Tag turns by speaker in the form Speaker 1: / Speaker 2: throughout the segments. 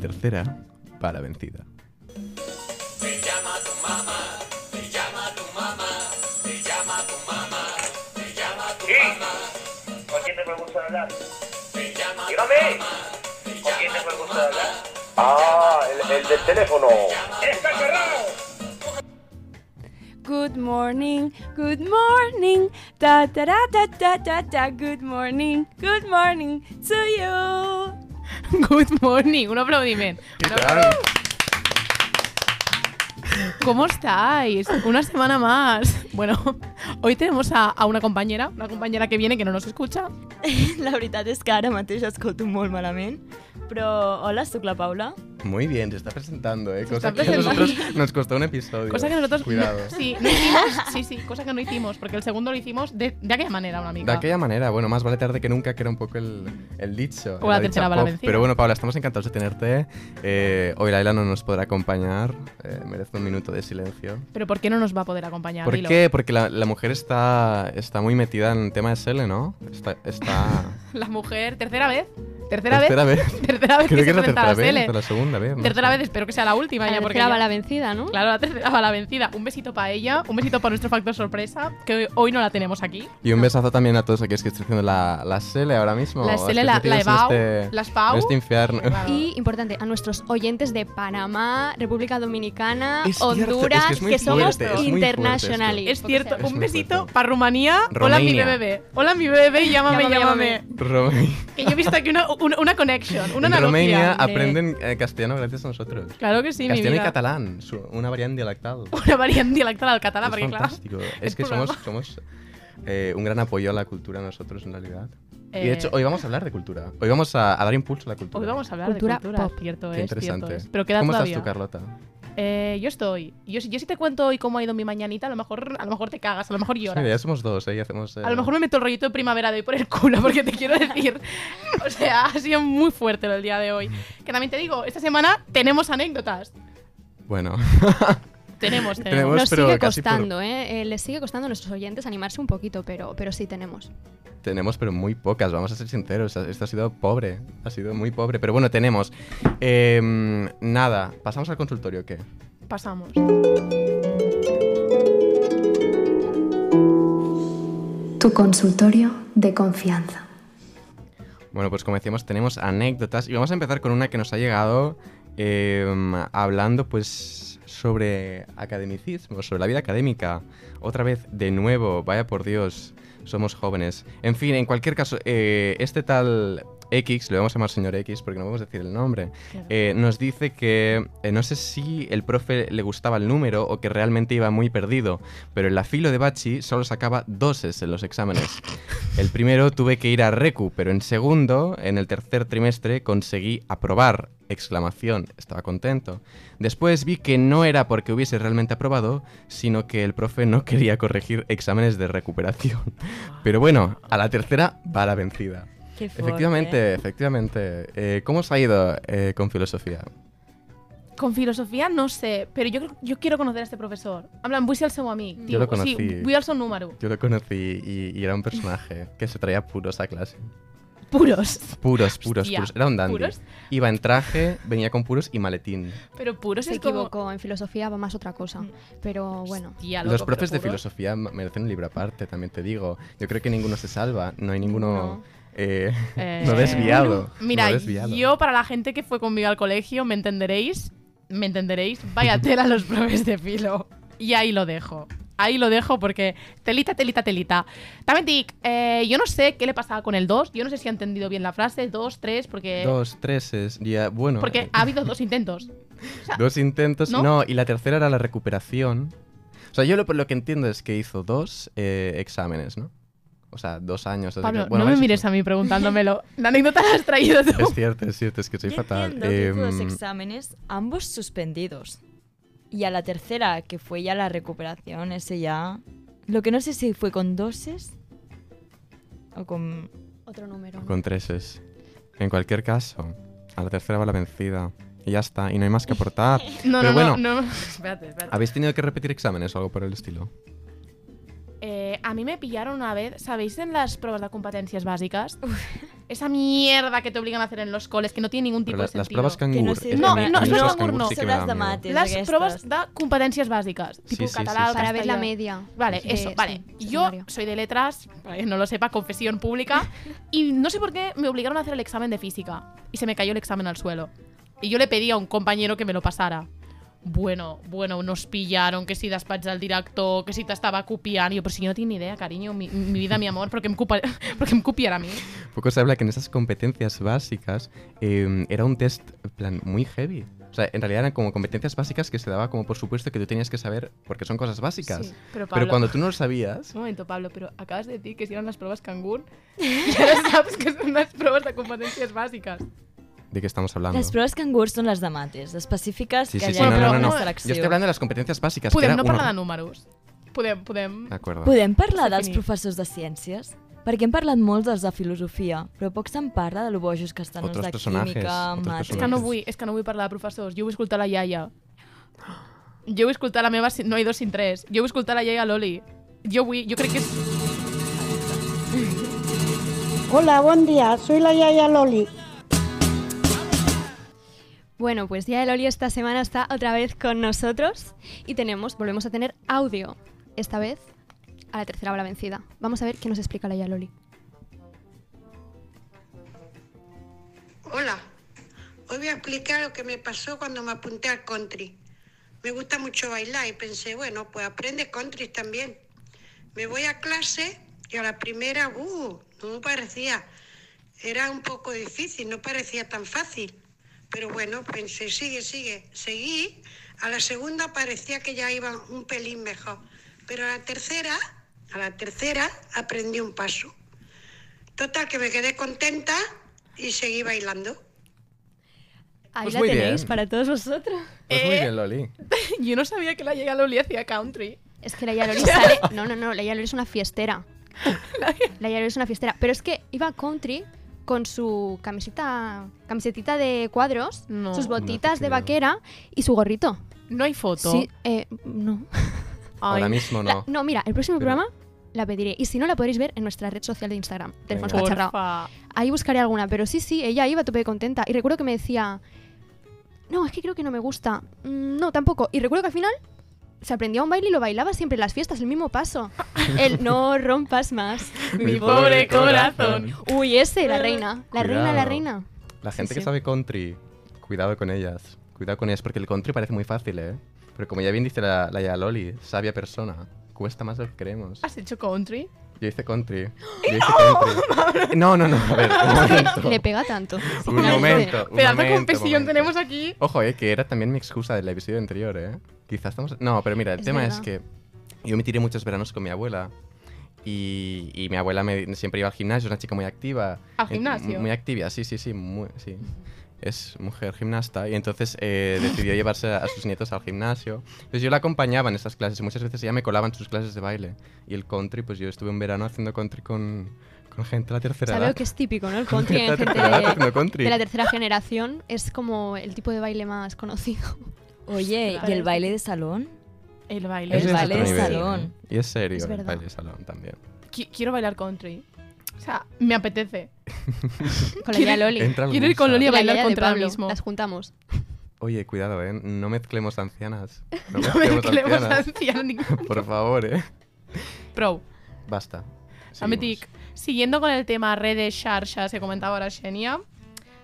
Speaker 1: tercera va la vencida.
Speaker 2: Sí. ¿Con quién tengo el gusto de hablar? Dígame. ¿Con quién tengo el gusto de hablar?
Speaker 3: Ah, el, el del teléfono.
Speaker 2: ¡Está cerrado!
Speaker 4: Good morning, good morning, ta ta ra, ta ta ta ta. Good morning, good morning to you.
Speaker 5: Good morning, un aplaudiment.
Speaker 1: ¿Qué tal?
Speaker 5: ¿Cómo estáis? Una semana más. Bueno, hoy tenemos a, a una compañera, una compañera que viene que no nos escucha.
Speaker 6: La veritat és que ara mateix escolto molt malament, però hola, sóc la Paula.
Speaker 1: Muy bien, se está presentando, ¿eh?
Speaker 5: Se
Speaker 1: Cosa
Speaker 5: está
Speaker 1: que a
Speaker 5: presentando.
Speaker 1: nosotros nos costó un episodio.
Speaker 5: Cosa que nosotros
Speaker 1: Cuidado.
Speaker 5: No, sí, no hicimos. Sí, sí, cosa que no hicimos, porque el segundo lo hicimos de, de aquella manera, una
Speaker 1: De
Speaker 5: amiga.
Speaker 1: aquella manera, bueno, más vale tarde que nunca, que era un poco el, el dicho.
Speaker 5: O la
Speaker 1: dicha
Speaker 5: tercera bala
Speaker 1: pop.
Speaker 5: vencida.
Speaker 1: Pero bueno, Paula, estamos encantados de tenerte. Eh, hoy Laila no nos podrá acompañar. Eh, merece un minuto de silencio.
Speaker 5: Pero ¿por qué no nos va a poder acompañar?
Speaker 1: ¿Por
Speaker 5: Dilo.
Speaker 1: qué? Porque la, la mujer está, está muy metida en tema de SL, ¿no? Está... está...
Speaker 5: La mujer, tercera vez. Tercera,
Speaker 1: Tercera vez.
Speaker 5: vez. Tercera vez
Speaker 1: Creo que
Speaker 5: que se
Speaker 1: es la
Speaker 5: presenta
Speaker 1: tercera
Speaker 5: a las
Speaker 1: vez,
Speaker 5: tele.
Speaker 1: o la segunda vez. no
Speaker 5: Tercera
Speaker 1: sé.
Speaker 5: vez, espero que sea la última ya,
Speaker 7: la
Speaker 5: porque
Speaker 7: tercera
Speaker 5: ya-
Speaker 7: va la vencida, ¿no?
Speaker 5: Claro, la tercera va la vencida. Un besito para ella, un besito para nuestro factor sorpresa, que hoy- hoy no la tenemos aquí.
Speaker 1: Y un besazo también a todos aquellos que están haciendo la, la SL ahora mismo.
Speaker 5: la
Speaker 1: Las
Speaker 5: Estela,
Speaker 1: que
Speaker 5: la,
Speaker 1: están
Speaker 5: la
Speaker 1: metidos en
Speaker 5: Evau,
Speaker 1: este-
Speaker 5: las
Speaker 1: en
Speaker 5: Pau.
Speaker 1: este infierno.
Speaker 5: Claro.
Speaker 7: Y importante, a nuestros oyentes de Panamá, República Dominicana,
Speaker 1: Es cierto,
Speaker 7: Honduras,
Speaker 1: es que es muy
Speaker 7: somos
Speaker 1: fuerte, es muy
Speaker 7: internacionales.
Speaker 5: Es cierto,
Speaker 1: Es
Speaker 5: un
Speaker 1: muy
Speaker 5: besito
Speaker 1: fuerte.
Speaker 5: para Rumanía. Hola, mi
Speaker 1: Romania.
Speaker 5: bebé. Hola, mi bebé, llámame,
Speaker 7: Llámame,
Speaker 5: llámame.
Speaker 1: Rom-
Speaker 5: Que yo he visto aquí una, una, una connection, una
Speaker 1: en
Speaker 5: analogía.
Speaker 1: Romania
Speaker 5: hombre.
Speaker 1: aprenden eh, castellano gracias a nosotros.
Speaker 5: Claro que sí, mi
Speaker 1: castellano y
Speaker 5: vida.
Speaker 1: catalán, su- una variante dialectal.
Speaker 5: Una variante dialectal al
Speaker 1: es
Speaker 5: catalán, porque claro.
Speaker 1: fantástico. Es
Speaker 5: el
Speaker 1: que somos,
Speaker 5: programa.
Speaker 1: somos eh, un gran apoyo a la cultura nosotros en realidad. Y
Speaker 5: Eh,
Speaker 1: de hecho, hoy vamos a hablar de cultura. Hoy vamos a, a dar impulso a la cultura.
Speaker 5: Hoy vamos a hablar
Speaker 7: Cultura
Speaker 5: de cultura,
Speaker 7: pop.
Speaker 5: cierto
Speaker 1: Qué
Speaker 5: es, cierto
Speaker 1: interesante.
Speaker 5: es. Pero queda
Speaker 1: ¿Cómo
Speaker 5: todavía.
Speaker 1: estás tú, Carlota?
Speaker 5: Eh, yo estoy. Yo, si- yo si te cuento hoy cómo ha ido mi mañanita, a lo mejor, a lo mejor te cagas, a lo mejor lloras.
Speaker 1: Mira, ya somos dos, ¿eh? Y hacemos, eh,
Speaker 5: A lo mejor me meto el rollito de primavera de hoy por el culo, porque te quiero decir. O sea, ha sido muy fuerte el día de hoy. Que también te digo, esta semana tenemos anécdotas.
Speaker 1: Bueno,
Speaker 5: Tenemos, tenemos.
Speaker 1: Tenemos-
Speaker 7: Nos
Speaker 1: pero
Speaker 7: sigue
Speaker 1: casi por-
Speaker 7: costando, ¿eh? Eh, Les sigue costando a nuestros oyentes animarse un poquito, pero, pero sí tenemos.
Speaker 1: tenemos, pero muy pocas, vamos a ser sinceros. Esto ha sido pobre, ha sido muy pobre. Pero bueno, tenemos. Em, nada, ¿pasamos al consultorio o qué?
Speaker 5: Pasamos.
Speaker 8: Tu consultorio de confianza.
Speaker 1: Bueno, pues como decíamos, tenemos anécdotas y vamos a empezar con una que nos ha llegado em, hablando pues sobre academicismo, sobre la vida académica. Otra vez, de nuevo, vaya por Dios, somos jóvenes. En fin, en cualquier caso, eh, este tal X, le vamos a llamar señor X porque no podemos decir el nombre, eh, nos dice que eh, no sé si el profe le gustaba el número o que realmente iba muy perdido, pero en la filo de Bachi solo sacaba doses en los exámenes. El primero tuve que ir a Recu, pero en segundo, en el tercer trimestre, conseguí aprobar. Exclamación, estaba contento. Después vi que no era porque hubiese realmente aprobado, sino que el profe no quería corregir exámenes de recuperación. Pero bueno, a la tercera va la vencida.
Speaker 6: Que
Speaker 1: Efectivamente, efectivamente. Eh, ¿Cómo os ha ido eh, con filosofía?
Speaker 5: Con filosofía no sé, pero yo, creo- yo quiero conocer a este profesor. Hablan, vull ser el seu amic.
Speaker 1: Jo lo conocí.
Speaker 5: Sí, vull el seu número.
Speaker 1: Yo lo conocí y, y era un personaje que se traía puros a clase.
Speaker 5: Puros.
Speaker 1: Puros, puros,
Speaker 5: Hostia,
Speaker 1: puros. Era un dandy.
Speaker 5: puros.
Speaker 1: Iba en traje, venía con puros y maletín.
Speaker 5: Pero puros
Speaker 7: Se
Speaker 5: es como-
Speaker 7: equivocó, en filosofía va más otra cosa. Pero bueno,
Speaker 5: Hostia, loco,
Speaker 1: Los
Speaker 5: pero
Speaker 1: profes de
Speaker 5: puros.
Speaker 1: filosofía m- merecen un libro aparte, también te digo. Yo creo que ninguno se salva, no hay ninguno eh,
Speaker 5: Eh,
Speaker 1: no desviado.
Speaker 5: Mira,
Speaker 1: no desviado.
Speaker 5: yo para la gente que fue conmigo al colegio, ¿me entenderéis? ¿Me entenderéis? Vaya tela los profes de filo. Y ahí lo dejo. Ahí lo dejo porque telita, telita, telita. También Dick, eh, yo no sé qué le pasaba con el 2. Yo no sé si ha entendido bien la frase 2, 3, porque,
Speaker 1: Dos, treses, ya, bueno.
Speaker 5: Eh. porque
Speaker 1: eh,
Speaker 5: ha habido dos intentos.
Speaker 1: Dos intentos,
Speaker 5: ¿no?
Speaker 1: ¿no? y la tercera era la recuperación. O sea, yo lo, lo que entiendo es que hizo dos eh, exámenes, ¿no? O sea, dos años. así
Speaker 5: Pablo,
Speaker 1: que- bueno,
Speaker 5: no me
Speaker 1: es-
Speaker 5: mires a mí preguntándomelo. La anécdota la has traído tú.
Speaker 1: Es cierto, es cierto, es que soy
Speaker 6: Yo
Speaker 1: fatal.
Speaker 6: entiendo que hizo dos
Speaker 1: Em,
Speaker 6: exámenes, ambos suspendidos. Y a la tercera, que fue ya la recuperación, ese ya... Lo que no sé si fue con doses o con...
Speaker 7: otro número. ¿no?
Speaker 1: Con treses. En cualquier caso, a la tercera va la vencida. Y ya está, y no hay más que aportar.
Speaker 5: No,
Speaker 1: Pero
Speaker 5: no,
Speaker 1: bueno,
Speaker 5: no, no. Espérate, espérate.
Speaker 1: ¿Habéis tenido que repetir exámenes o algo por el estilo?
Speaker 5: Eh, a mí me pillaron una vez, ¿sabéis? En las pruebas de competencias básicas. Esa mierda que te obligan a hacer en los coles, que no tiene ningún tipo
Speaker 1: Però la-
Speaker 5: de
Speaker 1: les
Speaker 5: sentido.
Speaker 1: proves
Speaker 6: Que
Speaker 1: cangur...
Speaker 6: no
Speaker 1: és-
Speaker 6: sé-
Speaker 1: a mi
Speaker 5: No,
Speaker 1: les
Speaker 5: no,
Speaker 1: proves
Speaker 5: no,
Speaker 1: cangur
Speaker 5: no.
Speaker 1: sí que
Speaker 6: Són
Speaker 1: me
Speaker 6: les
Speaker 1: dan
Speaker 6: de
Speaker 1: miedo.
Speaker 6: mate.
Speaker 5: Las
Speaker 6: Aquestes.
Speaker 5: pruebas de competencias básicas, tipo
Speaker 1: sí, sí,
Speaker 5: catalán,
Speaker 1: sí.
Speaker 7: Para ver la
Speaker 5: castellano.
Speaker 7: media.
Speaker 5: Vale,
Speaker 7: Sí,
Speaker 5: eso,
Speaker 7: sí,
Speaker 5: vale. Yo
Speaker 7: secundario.
Speaker 5: soy de letras, para quien no lo sepa, confesión pública, y no sé por qué me obligaron a hacer el examen de física y se me cayó el examen al suelo. Y yo le pedí a un compañero que me lo pasara. Bueno, bueno, nos pillaron, que si despatx del director, que si t'estava copiant. I jo, però si jo no tinc ni idea, cariño, mi, mi vida, mi amor, porque em, copa- perquè em copiarà a mi.
Speaker 1: Poco se habla que en esas competencias básicas eh, era un test en plan muy heavy. O sea, en realidad eran como competencias básicas que se daba como por supuesto que tú tenías que saber porque son cosas básicas.
Speaker 5: Sí, pero Pablo,
Speaker 1: Pero cuando tú no lo sabías,
Speaker 5: Un momento, Pablo, pero acabas de decir que si eran las pruebas Cangún y ahora sabes que son las pruebas de competencias básicas.
Speaker 1: ¿de qué estamos hablando?
Speaker 6: Les proves cangur són les de mates, les específiques
Speaker 1: Ah, Sí,
Speaker 6: que
Speaker 1: sí, sí,
Speaker 6: hi ha
Speaker 5: no, no,
Speaker 6: una
Speaker 5: no.
Speaker 1: Yo
Speaker 6: selecció.
Speaker 1: estoy hablando de las competencias básicas. que
Speaker 5: Podem
Speaker 1: era
Speaker 5: no
Speaker 1: una-
Speaker 5: parlar de números. Podem, podem...
Speaker 1: De acuerdo.
Speaker 6: Podem parlar dels
Speaker 5: Definir.
Speaker 6: professors de ciències? Perquè hem parlat molt dels de filosofia, però poc se'n parla de lo bojos que estan
Speaker 1: Otros
Speaker 6: els de
Speaker 1: personajes,
Speaker 6: química,
Speaker 1: otros
Speaker 5: És que
Speaker 6: mates...
Speaker 5: no vull, és que no vull parlar de professors. Jo vull escoltar la iaia. Jo vull escoltar la meva... si- No hi dos sin tres. Jo vull escoltar la iaia Loli. Jo vull... Jo crec que és...
Speaker 9: Hola, buen día. Soy la Yaya Loli.
Speaker 7: Bueno, pues ya el Oli esta semana está otra vez con nosotros y tenemos, volvemos a tener audio. Esta vez a la tercera ola vencida. Vamos a ver qué nos explica la Yaloli.
Speaker 9: Hola. Hoy voy a explicar lo que me pasó cuando me apunté al country. Me gusta mucho bailar y pensé, bueno, pues aprende country también. Me voy a clase y a la primera, uh, no me parecía. Era un poco difícil, no parecía tan fácil. Pero bueno, pensé, sigue, sigue. Seguí. A la segunda parecía que ya iba un pelín mejor. Pero a la tercera, a la tercera aprendí un paso. Total, que me quedé contenta y seguí bailando.
Speaker 7: Ahí
Speaker 1: Pues
Speaker 7: la
Speaker 1: muy
Speaker 7: tenéis
Speaker 1: bien.
Speaker 7: para todos vosotros.
Speaker 1: Pues muy
Speaker 5: Eh.
Speaker 1: bien, Loli.
Speaker 5: Jo no sabia que la iaia Loli hacía country.
Speaker 7: Es que la Yaloli sale. No, no, no, la Yaloli es una fiestera. La Yaloli es una fiestera. Pero es que iba country con su camiseta, camisetita de cuadros,
Speaker 5: No.
Speaker 7: sus
Speaker 5: No
Speaker 7: botitas
Speaker 1: te creo.
Speaker 7: de vaquera y su gorrito.
Speaker 5: No hay foto.
Speaker 7: Sí, eh, no.
Speaker 5: Ai.
Speaker 1: Ahora mismo
Speaker 7: La-
Speaker 1: no.
Speaker 7: mira, el próximo
Speaker 1: Pero-
Speaker 7: programa la pediré. Y si no, la podréis ver en nuestra red social de Instagram, del
Speaker 1: Venga.
Speaker 7: Fons Cacharrao.
Speaker 5: Porfa.
Speaker 7: Ahí buscaré alguna, pero sí, sí, ella iba a tope de contenta. Y recuerdo que me decía, no, es que creo que no me gusta. Mm, no, tampoco. Y recuerdo que al final se aprendía un baile y lo bailaba siempre en las fiestas, el mismo paso. El no rompas más.
Speaker 5: Mi pobre corazón.
Speaker 7: Uy, ese, la reina. La reina, la
Speaker 1: Cuidado.
Speaker 7: reina.
Speaker 1: La gente
Speaker 7: Sí,
Speaker 1: que
Speaker 7: sí.
Speaker 1: sabe country, cuidado con ellas. Cuidado con ellas, porque el country parece muy fácil, ¿eh? Pero como ya bien dice la, la Yaya Loli, sabia persona, cuesta más de lo que creemos.
Speaker 5: ¿Has hecho country?
Speaker 1: Yo hice country. Yo hice
Speaker 7: ¡Oh!
Speaker 1: country. No, no, no. A ver, un momento.
Speaker 7: Le pega tanto.
Speaker 1: Un momento. un
Speaker 5: Pedazo de
Speaker 1: momento,
Speaker 5: confesión
Speaker 1: momento.
Speaker 5: tenemos aquí.
Speaker 1: Ojo, eh, que era también mi excusa del episodio anterior, eh. Quizás estamos. No, pero mira, el
Speaker 7: Es
Speaker 1: tema es que
Speaker 7: verdad.
Speaker 1: yo me tiré muchos veranos con mi abuela. Y, y mi abuela me- siempre iba al gimnasio, es una chica muy activa.
Speaker 5: ¿Al
Speaker 1: Eh,
Speaker 5: gimnasio?
Speaker 1: Muy activa, sí, sí, sí, muy, sí. Es mujer gimnasta y entonces eh, decidió llevarse a sus nietos al gimnasio. Entonces yo la acompañaba en estas clases y muchas veces ella me colaba en sus clases de baile. Y el country, pues yo estuve un verano haciendo country con, con gente de la tercera edad.
Speaker 7: Sabes que es típico, ¿no? El country
Speaker 1: Gente
Speaker 7: en
Speaker 1: de la
Speaker 7: gente
Speaker 1: tercera edad haciendo
Speaker 7: de,
Speaker 1: country.
Speaker 7: de la tercera generación es como el tipo de baile más conocido.
Speaker 6: Oye,
Speaker 5: Ostres.
Speaker 6: ¿y el baile de salón?
Speaker 5: El baile.
Speaker 1: Ese
Speaker 6: El
Speaker 1: es
Speaker 6: baile
Speaker 1: otro
Speaker 6: de
Speaker 1: nivel,
Speaker 6: salón.
Speaker 1: ¿eh? Y es serio,
Speaker 7: Es
Speaker 1: el
Speaker 7: verdad.
Speaker 1: baile de salón también.
Speaker 5: Qui- Quiero bailar country. O sea, me apetece.
Speaker 7: Con la tía
Speaker 5: Quiere-
Speaker 7: Loli.
Speaker 1: Entra al
Speaker 5: Quiero ir con
Speaker 1: Gunsa.
Speaker 5: Loli a
Speaker 7: Y la
Speaker 5: bailar
Speaker 7: Yaya de
Speaker 5: contra el
Speaker 7: Pablo.
Speaker 5: mismo.
Speaker 7: Las juntamos.
Speaker 1: Oye, cuidado, ¿eh? No mezclemos ancianas. No
Speaker 5: No me
Speaker 1: mezclemos
Speaker 5: mezclemos
Speaker 1: ancianas.
Speaker 5: ancianos ni-
Speaker 1: Por favor, ¿eh?
Speaker 5: Pro.
Speaker 1: Basta.
Speaker 5: També et dic, siguiendo con el tema redes, xarxas que comentaba ahora Xenia,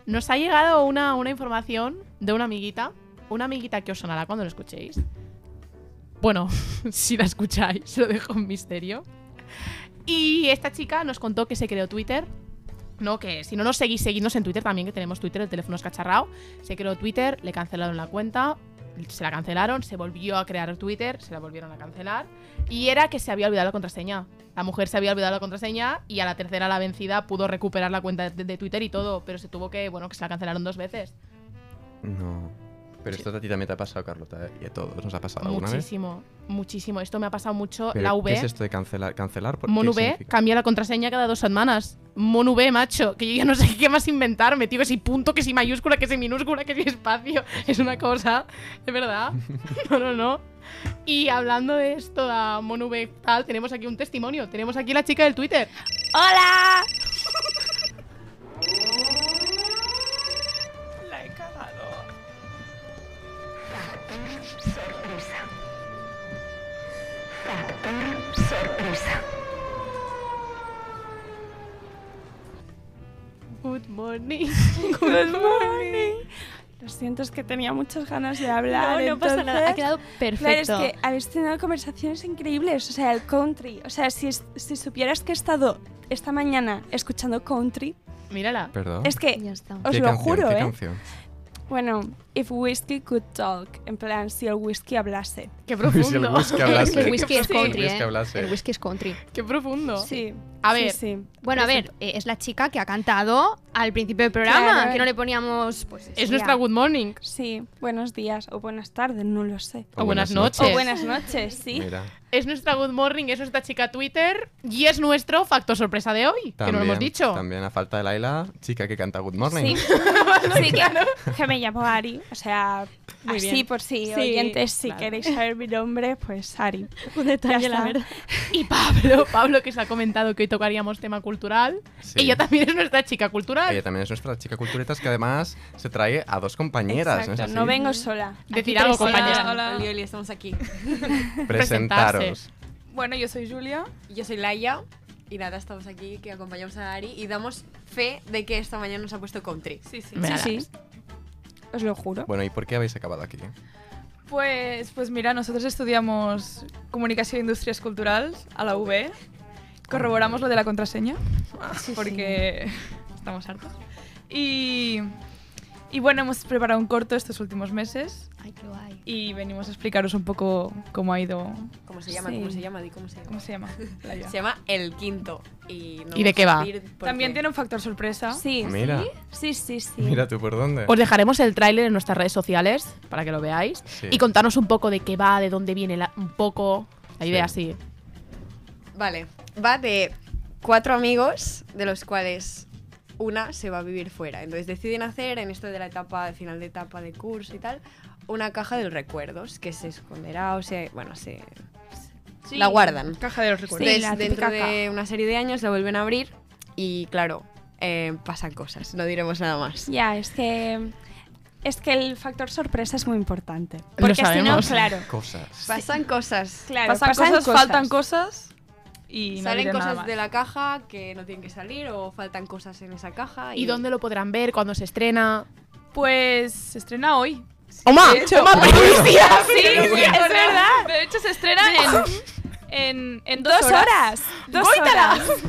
Speaker 5: nos ha llegado una, una información de una amiguita, una amiguita que os sonará cuando lo escuchéis. Bueno, si la escucháis, lo dejo en misterio. Y esta chica nos contó que se creó Twitter. No, que si no nos seguís, seguidnos en Twitter también, que tenemos Twitter, el teléfono es cacharrao. Se creó Twitter, le cancelaron la cuenta, se la cancelaron, se volvió a crear Twitter, se la volvieron a cancelar. Y era que se había olvidado la contraseña. La mujer se había olvidado la contraseña y a la tercera, la vencida, pudo recuperar la cuenta de, de Twitter y todo, pero se tuvo que, bueno, que se la cancelaron dos veces.
Speaker 1: No. Pero esto a ti también te ha pasado, Carlota, ¿eh? Y a todos nos ha pasado alguna vez.
Speaker 5: muchísimo, muchísimo. Esto me ha pasado mucho.
Speaker 1: Pero,
Speaker 5: la V,
Speaker 1: ¿Qué es esto de cancelar? ¿Cancelar? ¿Por
Speaker 5: Mon
Speaker 1: qué
Speaker 5: V,
Speaker 1: significa?
Speaker 5: cambia la contraseña cada dos semanas. Mon V, macho, que yo ya no sé qué más inventarme, tío, que si punto, que si mayúscula, que si minúscula, que si espacio. Es una cosa, de verdad. No, no, no. Y hablando de esto, a Monubec tal, tenemos aquí un testimonio. Tenemos aquí la chica del Twitter.
Speaker 4: ¡Hola!
Speaker 5: Good morning. Good morning.
Speaker 4: Lo siento, es que tenía muchas ganas de
Speaker 6: No,
Speaker 4: hablar.
Speaker 6: no pasa nada, ha
Speaker 4: entonces-
Speaker 6: quedado
Speaker 4: Claro, es
Speaker 6: perfecto.
Speaker 4: que habéis tenido conversaciones increíbles. O sea, el country. O sea, si, es- si supieras que he estado esta mañana escuchando country,
Speaker 5: Mírala.
Speaker 1: Perdón.
Speaker 4: es que
Speaker 7: Ya está.
Speaker 4: os
Speaker 1: ¿Qué
Speaker 4: lo
Speaker 1: canción?
Speaker 4: juro,
Speaker 1: ¿Qué
Speaker 4: ¿eh?
Speaker 1: canción?
Speaker 4: Bueno, if whisky could talk. En plan, si el whisky hablase.
Speaker 5: Qué
Speaker 1: Si el
Speaker 5: profundo.
Speaker 1: whisky
Speaker 7: Es
Speaker 1: hablase.
Speaker 7: que el whisky es
Speaker 5: Sí.
Speaker 7: country,
Speaker 1: El whisky
Speaker 7: ¿eh?
Speaker 1: hablase.
Speaker 7: El whisky es country.
Speaker 5: Qué profundo.
Speaker 4: Sí.
Speaker 5: A
Speaker 4: sí,
Speaker 5: ver.
Speaker 4: sí.
Speaker 7: Bueno, a ver, eh, es la chica que ha cantado al principio del programa,
Speaker 4: Claro,
Speaker 7: que
Speaker 4: eh.
Speaker 7: no le poníamos... Pues,
Speaker 5: Es
Speaker 7: ya.
Speaker 5: nuestra Good Morning.
Speaker 4: Sí, buenos días o buenas tardes, no lo sé.
Speaker 5: O buenas
Speaker 4: O
Speaker 5: noches.
Speaker 4: buenas noches, sí.
Speaker 1: Mira,
Speaker 5: Es nuestra Good Morning, es nuestra chica Twitter y es nuestro facto sorpresa de hoy, que no
Speaker 1: también,
Speaker 5: lo hemos dicho.
Speaker 1: También a falta de Laila, chica que canta Good Morning.
Speaker 4: Sí, sí que, que me llamo Ari. O sea,
Speaker 5: Muy
Speaker 4: así
Speaker 5: bien.
Speaker 4: por si
Speaker 6: Sí,
Speaker 4: oyentes, si
Speaker 6: claro.
Speaker 4: queréis saber mi nombre, pues Ari.
Speaker 6: un detalle,
Speaker 4: Ya
Speaker 6: la
Speaker 4: está.
Speaker 6: verdad.
Speaker 5: Y Pablo, Pablo que se ha comentado que hoy tocaríamos tema cultural.
Speaker 1: Sí.
Speaker 5: Ella también es nuestra chica cultural.
Speaker 1: Ella también es nuestra chica culturetas que además se trae a dos compañeras. ¿no es
Speaker 4: Exacto,
Speaker 1: así?
Speaker 4: no vengo sola.
Speaker 5: Decir algo, compañera.
Speaker 10: Hola, Lioli, estamos aquí.
Speaker 1: Presentaros.
Speaker 5: presentarse.
Speaker 10: Bueno, yo soy Julia. Yo soy Laia. Y nada, estamos aquí que acompañamos a Ari y damos fe de que esta mañana nos ha puesto country. Sí, sí.
Speaker 5: Mira,
Speaker 4: Sí, sí. Os lo juro.
Speaker 1: Bueno, ¿y por qué habéis acabado aquí?
Speaker 10: Pues, pues mira, nosotros estudiamos Comunicación e Industrias Culturales a la UB. Corroboramos lo de la contraseña Ah. porque estamos hartos. Y, y bueno, hemos preparado un corto estos últimos meses
Speaker 7: Ay, qué guay.
Speaker 10: y venimos a explicaros un poco cómo ha ido.
Speaker 11: ¿Cómo se llama?
Speaker 4: Sí.
Speaker 11: ¿Cómo se llama? Di, ¿Cómo se llama?
Speaker 10: ¿Cómo se llama? Laia?
Speaker 11: Se llama El Quinto. ¿Y, no
Speaker 5: ¿Y de qué
Speaker 11: vamos a
Speaker 5: va?
Speaker 11: decir por
Speaker 10: También
Speaker 11: qué.
Speaker 10: tiene un factor sorpresa.
Speaker 4: Sí,
Speaker 1: Mira,
Speaker 4: sí, sí, sí.
Speaker 1: mira tú por dónde.
Speaker 5: Os dejaremos el tráiler en nuestras redes sociales para que lo veáis
Speaker 1: Sí.
Speaker 5: y contarnos un poco de qué va, de dónde viene la- un poco la idea, sí.
Speaker 11: Vale, va de cuatro amigos, de los cuales una se va a vivir fuera. Entonces deciden hacer, en esto de la etapa, de final de etapa de curso y tal, una caja de los recuerdos que se esconderá o se. Bueno, se. La guardan.
Speaker 10: Caja de los recuerdos.
Speaker 11: Entonces,
Speaker 4: la
Speaker 11: dentro
Speaker 4: típica
Speaker 11: de una serie de años la vuelven a abrir y, claro, eh, pasan cosas. No diremos nada más.
Speaker 4: Ya, es que. Es que el factor sorpresa es muy importante.
Speaker 5: Lo
Speaker 4: Porque si no,
Speaker 5: sabemos.
Speaker 4: claro.
Speaker 1: Cosas.
Speaker 11: Pasan cosas.
Speaker 4: claro
Speaker 10: pasan, cosas, faltan cosas y no
Speaker 11: Salen
Speaker 10: diré nada
Speaker 11: cosas
Speaker 10: más.
Speaker 11: de la caja que no tienen que salir o faltan cosas en esa caja.
Speaker 5: ¿Y dónde lo podrán ver? ¿Cuándo se estrena?
Speaker 10: Pues se estrena hoy.
Speaker 5: ¡Oma!
Speaker 10: De hecho-
Speaker 5: ¡Oma, primicia!
Speaker 10: Ah, Sí, sí, es
Speaker 4: bueno.
Speaker 10: verdad. De hecho, se estrena en, en, en dos,
Speaker 4: Dos horas. Dos
Speaker 10: ¡Goítala!
Speaker 4: horas.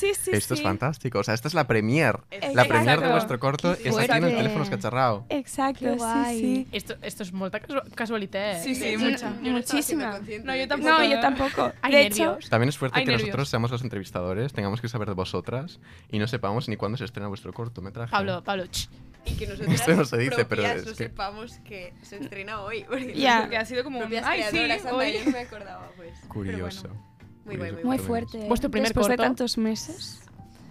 Speaker 4: Sí, sí,
Speaker 1: Esto es
Speaker 4: sí.
Speaker 1: fantástico. O sea, esta es la premier. La
Speaker 4: Exacto.
Speaker 1: premier de vuestro corto
Speaker 6: Qué
Speaker 1: es aquí en el
Speaker 6: fuerte.
Speaker 1: teléfono escacharrao.
Speaker 4: Exacto,
Speaker 7: Qué
Speaker 4: sí,
Speaker 7: guay.
Speaker 4: sí.
Speaker 5: Esto, esto es molta casu- casualidad. eh.
Speaker 10: Sí, sí,
Speaker 4: Mm,
Speaker 10: mucha.
Speaker 4: Muchísima.
Speaker 10: No, yo tampoco.
Speaker 4: No, yo tampoco.
Speaker 5: Hay
Speaker 4: de hecho,
Speaker 5: nervios.
Speaker 1: También es fuerte
Speaker 10: Hay
Speaker 1: que
Speaker 10: nervios.
Speaker 1: nosotros seamos los entrevistadores, tengamos que saber de vosotras y no sepamos ni cuándo se estrena vuestro cortometraje.
Speaker 5: Pablo, Pablo, ch.
Speaker 11: Y que nosotras
Speaker 1: Esto no se dice, pero
Speaker 11: propias
Speaker 1: es
Speaker 11: no
Speaker 1: que-
Speaker 11: sepamos que se estrena hoy. Porque
Speaker 4: Ya.
Speaker 10: Porque ha sido como un.
Speaker 11: propias
Speaker 10: Ay, sí,
Speaker 11: creadoras, anda,
Speaker 10: hoy.
Speaker 11: yo no me acordaba, pues.
Speaker 1: Curioso.
Speaker 10: Pero
Speaker 11: Muy bueno,
Speaker 1: Curioso,
Speaker 11: muy
Speaker 4: muy
Speaker 1: por lo menos.
Speaker 4: fuerte. ¿eh?
Speaker 5: ¿Vuestro primer
Speaker 4: Después
Speaker 5: corto?
Speaker 4: de tantos meses.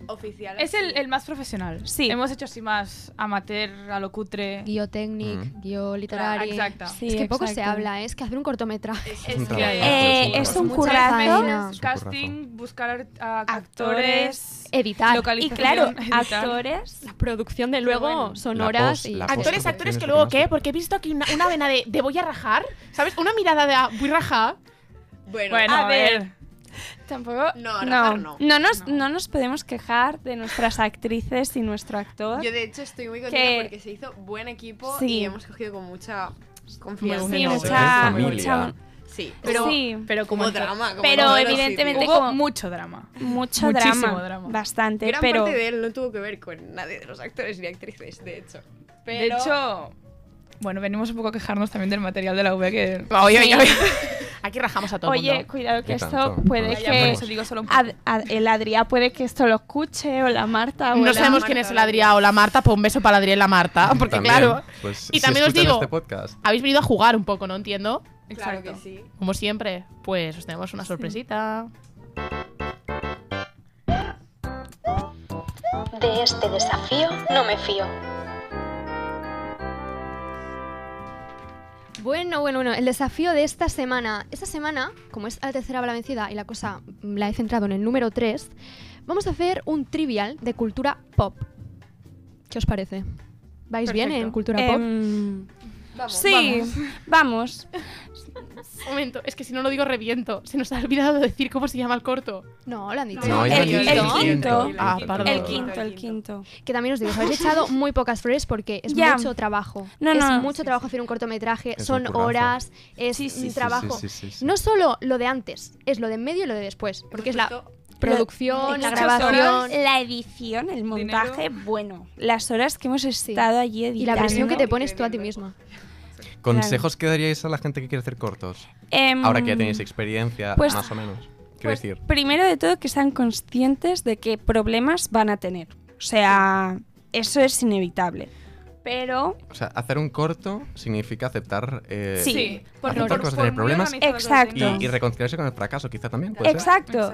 Speaker 11: Oficial.
Speaker 10: Es el,
Speaker 11: así.
Speaker 10: el más profesional.
Speaker 4: Sí.
Speaker 10: Hemos hecho así más amateur, a lo cutre.
Speaker 7: Guío técnico,
Speaker 1: Mm.
Speaker 7: guío literario.
Speaker 10: Exacto.
Speaker 4: Sí,
Speaker 7: es que poco se
Speaker 4: exacto.
Speaker 7: habla, ¿eh? es que hacer un cortometraje.
Speaker 1: Es un
Speaker 10: Es
Speaker 1: trabajo,
Speaker 10: que-
Speaker 1: es un
Speaker 4: Eh, es
Speaker 1: trabajo.
Speaker 4: un
Speaker 7: Mucha
Speaker 4: currazo.
Speaker 7: faena.
Speaker 1: Es un
Speaker 10: Casting, buscar ar- a-
Speaker 4: Actores.
Speaker 10: actores.
Speaker 7: Editar.
Speaker 4: Y
Speaker 10: localización,
Speaker 4: claro,
Speaker 10: editar.
Speaker 4: actores.
Speaker 7: La producción de luego
Speaker 10: bueno.
Speaker 1: La
Speaker 7: sonoras
Speaker 1: pos-
Speaker 7: y...
Speaker 1: la pos-
Speaker 5: Actores,
Speaker 1: Vosotros
Speaker 5: actores que
Speaker 1: tienes que
Speaker 5: luego qué,
Speaker 1: tomarse.
Speaker 5: porque he visto aquí una, una vena de, de voy a rajar, ¿sabes? Una mirada de ah, voy a rajar.
Speaker 11: Bueno,
Speaker 10: Bueno,
Speaker 4: A
Speaker 10: a
Speaker 4: ver.
Speaker 10: ver.
Speaker 4: Tampoco.
Speaker 11: No, rajar no.
Speaker 4: nos, no. nos podemos quejar de nuestras actrices y nuestro actor.
Speaker 11: yo de hecho estoy muy contenta
Speaker 4: Que-
Speaker 11: porque se hizo buen equipo
Speaker 4: Sí.
Speaker 11: y hemos cogido con mucha confianza.
Speaker 5: Sí,
Speaker 11: en
Speaker 5: mucha-
Speaker 11: nosotros.
Speaker 1: Sois
Speaker 4: mucha-
Speaker 1: familia.
Speaker 11: Sí, pero
Speaker 4: sí,
Speaker 10: Pero
Speaker 11: como,
Speaker 10: en to-
Speaker 11: drama. Como
Speaker 4: pero
Speaker 11: en todos los
Speaker 4: evidentemente
Speaker 11: sitios.
Speaker 10: Hubo
Speaker 4: como-
Speaker 10: mucho drama.
Speaker 4: mucho
Speaker 10: Muchísimo
Speaker 4: drama,
Speaker 10: drama.
Speaker 4: Bastante,
Speaker 11: Gran
Speaker 4: pero.
Speaker 11: parte de él no tuvo que ver con nadie de los actores ni actrices, de hecho. Pero...
Speaker 10: De hecho, bueno, venimos un poco a quejarnos también del material de la V que...
Speaker 5: Oye, oye, oye. Aquí rajamos a todo el
Speaker 4: Oye,
Speaker 5: mundo.
Speaker 4: cuidado que
Speaker 1: Ni
Speaker 4: esto
Speaker 1: tanto,
Speaker 4: puede
Speaker 1: no nos
Speaker 10: Vaya, por
Speaker 4: que.
Speaker 1: llamamos.
Speaker 10: eso digo solo un poco.
Speaker 4: Ad- ad- el Adrián puede que esto lo escuche, o la Marta, o
Speaker 5: No
Speaker 4: la-
Speaker 5: sabemos
Speaker 11: Marta,
Speaker 5: quién es el
Speaker 11: la
Speaker 5: Adrián o la Marta, pues un beso para Adrián y la Marta, Ah, porque
Speaker 1: También,
Speaker 5: claro,
Speaker 1: pues,
Speaker 5: Y
Speaker 1: si
Speaker 5: también os
Speaker 1: escuchan
Speaker 5: digo-
Speaker 1: este podcast,
Speaker 5: habéis venido a jugar un poco, ¿no entiendo?
Speaker 11: claro que
Speaker 10: Exacto.
Speaker 11: sí.
Speaker 5: Como siempre, pues os tenemos una sorpresita.
Speaker 8: De este desafío no me fío.
Speaker 7: Bueno, bueno, bueno, el desafío de esta semana. Esta semana, como es la tercera bala vencida y la cosa mm, la he centrado en el número 3, vamos a hacer un trivial de cultura pop. ¿Qué os parece? ¿Vais bien
Speaker 4: Perfecto.
Speaker 7: en cultura
Speaker 4: Em,
Speaker 7: pop?
Speaker 4: sí, vamos.
Speaker 5: Un momento, es que si no lo digo reviento. Se nos ha olvidado decir cómo se llama el corto.
Speaker 7: No, lo han dicho. Eh,
Speaker 5: No, ya
Speaker 4: el,
Speaker 5: lo han dicho.
Speaker 4: el quinto.
Speaker 5: Ah, perdón.
Speaker 4: El quinto, el quinto.
Speaker 7: Que también os digo, os habéis echado muy pocas flores porque es
Speaker 4: Ya.
Speaker 7: mucho trabajo.
Speaker 4: No,
Speaker 7: es
Speaker 4: no.
Speaker 7: mucho trabajo hacer un cortometraje,
Speaker 4: Es
Speaker 7: son
Speaker 4: un currazo.
Speaker 7: horas, es
Speaker 4: sí,
Speaker 7: un
Speaker 4: sí,
Speaker 7: trabajo.
Speaker 4: sí, sí, sí, sí.
Speaker 7: No solo lo de antes, es lo de en medio y lo de después, porque es la producción, la
Speaker 4: Muchas horas,
Speaker 7: grabación.
Speaker 4: la edición, el montaje, bueno, las horas que hemos estado allí
Speaker 7: Y
Speaker 4: editando.
Speaker 7: la presión que te pones tú a ti misma.
Speaker 1: ¿Consejos que daríais a la gente que quiere hacer cortos?
Speaker 4: Em,
Speaker 1: Ahora que ya tenéis experiencia,
Speaker 4: pues-
Speaker 1: más o menos. Quiero
Speaker 4: pues,
Speaker 1: decir,
Speaker 4: Primero de todo, que sean conscientes de qué problemas van a tener. O sea, eso es inevitable. Pero
Speaker 1: o sea, hacer un corto significa aceptar, eh,
Speaker 4: Sí. Sí, por-
Speaker 1: aceptar
Speaker 4: por-
Speaker 1: cosas,
Speaker 4: por
Speaker 1: tener
Speaker 4: muy
Speaker 1: problemas
Speaker 4: organizados que Exacto.
Speaker 1: y, y reconciliarse con el fracaso, quizá también. puede ser.
Speaker 4: Exacto.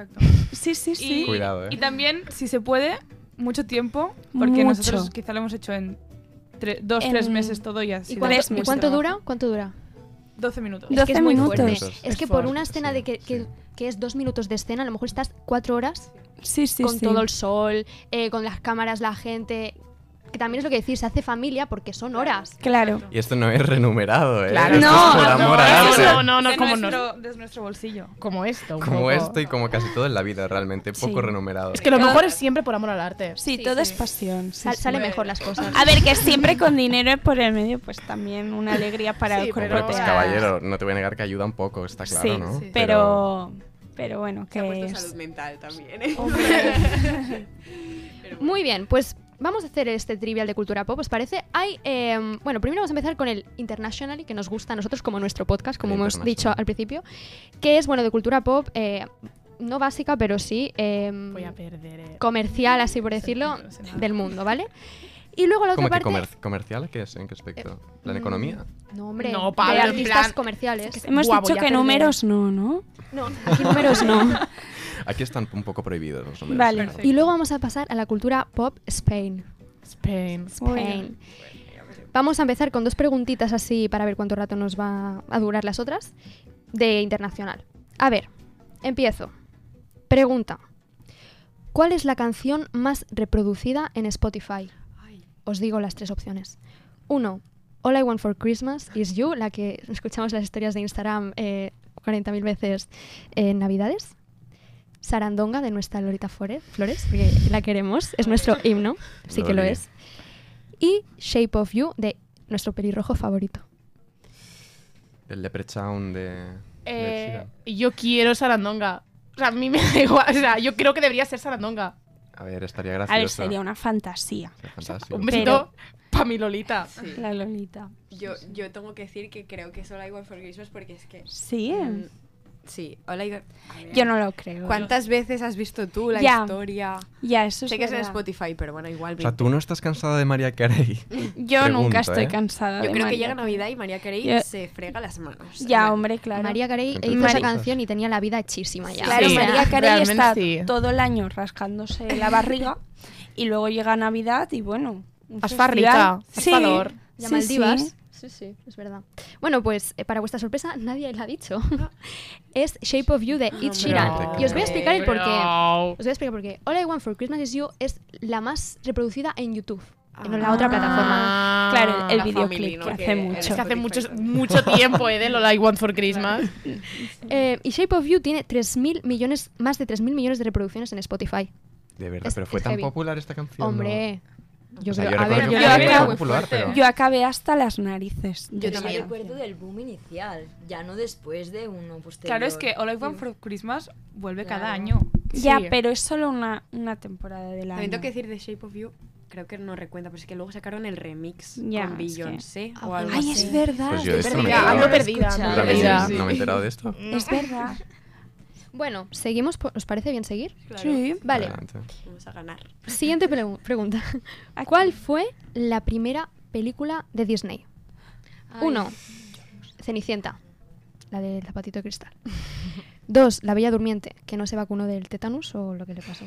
Speaker 4: Sí, sí, sí.
Speaker 10: Y,
Speaker 1: Cuidado, eh.
Speaker 10: y también, si se puede, mucho tiempo, porque
Speaker 4: Mucho.
Speaker 10: nosotros quizá lo hemos hecho en tre- dos, tres
Speaker 4: En-
Speaker 10: meses todo y así.
Speaker 7: ¿Y cuánto, y cuánto dura? ¿Cuánto dura?
Speaker 10: 12 minutos.
Speaker 7: Es que es muy fuerte.
Speaker 10: Es,
Speaker 7: Es que por una escena de que, que- que es dos minutos de escena, a lo mejor estás cuatro horas
Speaker 4: Sí, sí,
Speaker 7: con
Speaker 4: sí.
Speaker 7: todo el sol, eh, con las cámaras, la gente. Que también es lo que decís, se hace familia porque son horas.
Speaker 4: Claro.
Speaker 1: Y esto no es renumerado, ¿eh?
Speaker 7: Claro.
Speaker 1: Esto
Speaker 7: No,
Speaker 1: es por
Speaker 7: no,
Speaker 1: amor
Speaker 7: no,
Speaker 1: al
Speaker 7: eso
Speaker 1: arte.
Speaker 7: no, no.
Speaker 10: de
Speaker 5: como no.
Speaker 10: nuestro, de nuestro bolsillo.
Speaker 5: Como esto. un
Speaker 1: Como
Speaker 5: poco.
Speaker 1: esto y como casi todo en la vida, realmente. Poco renumerado.
Speaker 5: Es que lo mejor es siempre por amor al arte.
Speaker 4: Sí, todo es pasión. sí,
Speaker 7: Sal-
Speaker 4: sí.
Speaker 7: sale mejor las cosas.
Speaker 4: A ver, que siempre con dinero por el medio, pues también una alegría para el
Speaker 1: Hombre,
Speaker 4: corredor.
Speaker 1: pues caballero, no te voy a negar que ayuda un poco, está claro,
Speaker 4: sí,
Speaker 1: ¿no?
Speaker 4: pero, pero bueno,
Speaker 11: Se ha
Speaker 4: que
Speaker 11: puesto
Speaker 4: es... Oh.
Speaker 11: salud mental también, ¿eh?
Speaker 7: Muy bien, pues vamos a hacer este trivial de cultura pop, ¿os parece? Hay, em, bueno, primero vamos a empezar con el International, que nos gusta a nosotros como nuestro podcast, como
Speaker 6: El
Speaker 7: hemos
Speaker 6: International.
Speaker 7: dicho al principio, que es, bueno, de cultura pop, eh, no básica, pero sí em,
Speaker 5: Voy a perder. eh.
Speaker 7: comercial, así por decirlo, del mundo, ¿vale? Y luego la
Speaker 1: ¿Cómo
Speaker 7: otra
Speaker 1: que
Speaker 7: parte... mm.
Speaker 1: comer- comercial? ¿Qué es? ¿En qué aspecto? ¿Plan economía?
Speaker 7: No, hombre,
Speaker 5: No,
Speaker 7: de
Speaker 5: Pablo, en
Speaker 7: artistas
Speaker 5: plan-
Speaker 7: comerciales.
Speaker 4: Hemos
Speaker 5: Guau,
Speaker 4: dicho
Speaker 5: voy a
Speaker 4: que
Speaker 5: perder.
Speaker 4: números no, ¿no?
Speaker 7: No, aquí números no.
Speaker 1: Aquí están un poco prohibidos los números.
Speaker 7: Vale.
Speaker 1: claro.
Speaker 7: Y luego vamos a pasar a la cultura pop Spain.
Speaker 5: Spain.
Speaker 7: Spain. Vamos a empezar con dos preguntitas así para ver cuánto rato nos va a durar las otras de internacional. A ver, empiezo. Pregunta. ¿Cuál es la canción más reproducida en Spotify? Os digo las tres opciones. Uno, All I Want for Christmas is You, la que escuchamos las historias de Instagram eh, 40.000 veces en Navidades. Sarandonga de nuestra Lorita Flore- Flores, porque la queremos, es nuestro himno, sí que lo
Speaker 6: Loli.
Speaker 7: es. Y Shape of You de nuestro pelirrojo favorito.
Speaker 1: El leprechaun de... de
Speaker 5: Eh,
Speaker 1: Ed Sheeran.
Speaker 5: yo quiero Sarandonga. O sea, a mí me da igual. O sea, yo creo que debería ser Sarandonga.
Speaker 1: A ver, estaría
Speaker 4: A ver,
Speaker 1: gracioso.
Speaker 4: sería una fantasía.
Speaker 1: Fantástico.
Speaker 5: Un besito pa' mi Lolita.
Speaker 4: La Lolita.
Speaker 11: Yo, yo tengo que decir que creo que es All I Want for Christmas porque es que.
Speaker 4: Sí. ¿eh?
Speaker 11: mm, sí, All I Got- a ver.
Speaker 4: Yo no lo creo.
Speaker 11: ¿Cuántas veces has visto tú la
Speaker 4: Ya.
Speaker 11: historia?
Speaker 4: Ya, eso es
Speaker 11: Sé que es en
Speaker 4: verdad.
Speaker 11: Spotify, pero bueno, igual.
Speaker 1: O sea,
Speaker 11: 20.
Speaker 1: tú no estás cansada de María Carey.
Speaker 4: Yo nunca estoy
Speaker 1: ¿eh?
Speaker 4: cansada
Speaker 11: Yo
Speaker 4: de
Speaker 11: creo que
Speaker 4: María
Speaker 11: llega Navidad y María Carey
Speaker 4: Yo-
Speaker 11: se frega las manos.
Speaker 4: Ya, hombre, claro.
Speaker 7: María Carey
Speaker 11: Entre
Speaker 7: hizo
Speaker 11: otras
Speaker 7: esa
Speaker 11: cosas.
Speaker 7: canción y tenía la vida hechísima ya.
Speaker 4: Claro,
Speaker 7: O sea,
Speaker 4: María Carey
Speaker 7: realmente
Speaker 4: está
Speaker 7: sí.
Speaker 4: todo el año rascándose la barriga y luego llega Navidad y bueno. un
Speaker 5: Haz
Speaker 4: festival.
Speaker 5: farrica, haz
Speaker 4: Sí.
Speaker 5: favor.
Speaker 7: Ya
Speaker 4: sí,
Speaker 7: Maldivas.
Speaker 4: sí.
Speaker 7: Sí, sí, es verdad. Bueno, pues eh, para vuestra sorpresa, nadie la ha dicho. es Shape of You de Ed Sheeran.
Speaker 5: pero-
Speaker 7: Y os voy a explicar el porqué.
Speaker 5: Pero-
Speaker 7: Os voy a explicar por qué. All I Want for Christmas is You es la más reproducida en YouTube. En la
Speaker 5: Ah.
Speaker 7: otra plataforma.
Speaker 4: Claro, el, el
Speaker 5: La
Speaker 4: videoclip
Speaker 5: family, ¿no?
Speaker 4: que
Speaker 5: Que-
Speaker 4: hace mucho.
Speaker 5: es que hace mucho, mucho tiempo, eh, de Lola I Want for Christmas.
Speaker 7: Eh, y Shape of You tiene 3.000 millones, más de 3.000 millones de reproducciones en Spotify.
Speaker 1: De verdad,
Speaker 7: Es-
Speaker 1: pero fue
Speaker 7: es
Speaker 1: tan
Speaker 7: heavy.
Speaker 1: popular esta canción.
Speaker 7: Hombre. Yo
Speaker 1: O sea,
Speaker 7: creo-
Speaker 1: yo
Speaker 7: a ver,
Speaker 1: recuerdo
Speaker 7: yo
Speaker 1: que fue
Speaker 7: creo-
Speaker 1: muy popular, pero...
Speaker 4: Yo acabé hasta las narices.
Speaker 6: Yo
Speaker 4: de esa
Speaker 6: también recuerdo del boom inicial, ya no después de uno posterior.
Speaker 10: Claro, es que All I Want for Christmas vuelve cada
Speaker 6: Claro.
Speaker 10: año.
Speaker 4: Ya, pero es solo una, una temporada del año.
Speaker 11: También tengo que decir de Shape of You, creo que no recuenta, pero es que luego sacaron el remix
Speaker 4: Ya,
Speaker 11: con
Speaker 4: es que-
Speaker 11: Beyoncé
Speaker 4: Ah,
Speaker 11: o
Speaker 4: bueno.
Speaker 11: algo
Speaker 4: Ay,
Speaker 11: así.
Speaker 4: es verdad.
Speaker 1: Pues yo de
Speaker 4: estoy
Speaker 1: esto no me
Speaker 4: perdida.
Speaker 1: enteraba.
Speaker 4: Ando perdida, ando
Speaker 1: Yo también,
Speaker 4: perdida.
Speaker 1: sí, No me he enterado de esto.
Speaker 4: Es verdad.
Speaker 7: Bueno, seguimos. por- ¿Os parece bien seguir?
Speaker 11: Claro.
Speaker 7: Vale.
Speaker 1: Ah.
Speaker 11: Vamos a ganar.
Speaker 7: Siguiente pregu- pregunta. ¿Cuál fue la primera película de Disney? Uno, Cenicienta, la del zapatito de cristal. Dos, La Bella Durmiente, que no se vacunó del tetanus o lo que le pasó.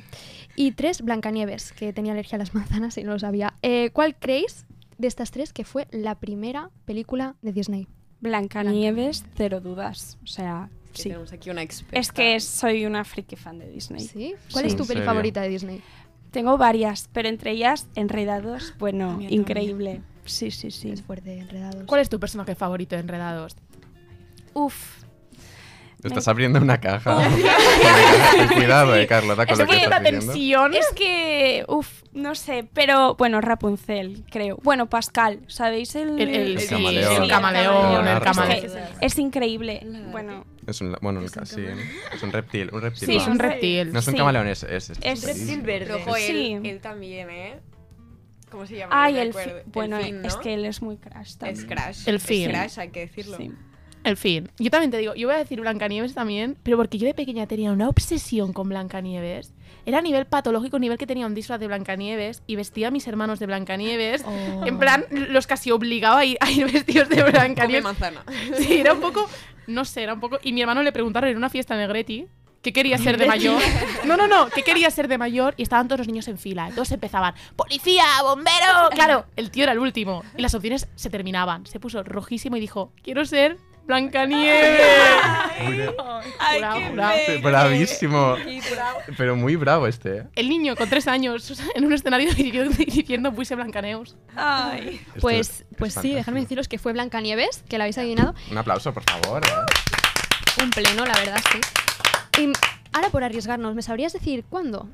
Speaker 7: Y tres, Blancanieves, que tenía alergia a las manzanas y no lo sabía. Eh, ¿Cuál creéis de estas tres que fue la primera película de Disney?
Speaker 4: Blancanieves, cero dudas. O sea,
Speaker 11: que
Speaker 4: sí.
Speaker 11: tenemos aquí una experta.
Speaker 4: Es que soy una friki fan de Disney.
Speaker 7: ¿Sí? ¿Cuál es tu peli favorita de Disney?
Speaker 4: Tengo varias, pero entre ellas Enredados, bueno,
Speaker 7: También,
Speaker 4: increíble. Sí, sí, sí.
Speaker 7: Es fuerte, Enredados.
Speaker 5: ¿Cuál es tu personaje favorito de Enredados?
Speaker 4: Uf.
Speaker 1: Estás abriendo una caja. Ten Cuidado, eh, Carlota, con
Speaker 4: Es
Speaker 1: lo que
Speaker 4: que-
Speaker 1: estás diciendo.
Speaker 4: Es que, uff, no sé, pero bueno, Rapunzel, creo. Bueno, Pascal, ¿sabéis el,
Speaker 5: El- el- El sí,
Speaker 1: camaleón. el camaleón, el camaleón.
Speaker 4: Es, que es increíble. Bueno,
Speaker 1: Es un, la- bueno, nunca, sí, ¿eh? es un reptil. Un reptil
Speaker 4: Sí,
Speaker 1: va.
Speaker 4: es un reptil,
Speaker 1: No es un
Speaker 4: sí.
Speaker 1: camaleón, es. Es, es-
Speaker 4: Es reptil verde.
Speaker 11: Pero, ojo, él,
Speaker 4: Sí.
Speaker 11: él también, ¿eh? ¿Cómo se llama?
Speaker 4: ay,
Speaker 11: No
Speaker 4: el,
Speaker 11: recuerdo.
Speaker 4: fi- bueno,
Speaker 11: fin,
Speaker 4: es
Speaker 11: ¿no?
Speaker 4: que él es muy crash también.
Speaker 11: Es Crash.
Speaker 5: El
Speaker 11: Es
Speaker 5: fin.
Speaker 11: Crash, hay que decirlo.
Speaker 4: Sí.
Speaker 5: El fin. Yo también te digo, yo voy a decir Blancanieves también, pero porque yo de pequeña tenía una obsesión con Blancanieves. Era a nivel patológico, nivel que tenía un disfraz de Blancanieves y vestía a mis hermanos de Blancanieves.
Speaker 7: Oh.
Speaker 5: En plan, los casi obligaba a ir, a ir vestidos de
Speaker 11: Come
Speaker 5: Blancanieves.
Speaker 11: manzana.
Speaker 5: Sí, era un poco. No sé, era un poco. Y mi hermano le preguntaron en una fiesta en Negretti qué quería ser de mayor. No, no, no, qué quería ser de mayor. Y estaban todos los niños en fila. y Todos empezaban: ¡Policía! ¡Bombero! Claro, el tío era el último. Y las opciones se terminaban. Se puso rojísimo y dijo: Quiero ser Blancanieves. Jurado, jurado.
Speaker 1: Bravísimo. Pero muy bravo este, ¿eh?
Speaker 5: El niño con tres años o sea, en un escenario diciendo, diciendo "Voy a ser Blancaneus.
Speaker 4: Ay.
Speaker 7: Pues, pues sí, dejadme deciros que fue Blancanieves, que la habéis adivinado.
Speaker 1: Un aplauso, por favor. ¿eh?
Speaker 7: Un pleno, la verdad, sí. Y ahora por arriesgarnos, ¿me sabrías decir cuándo?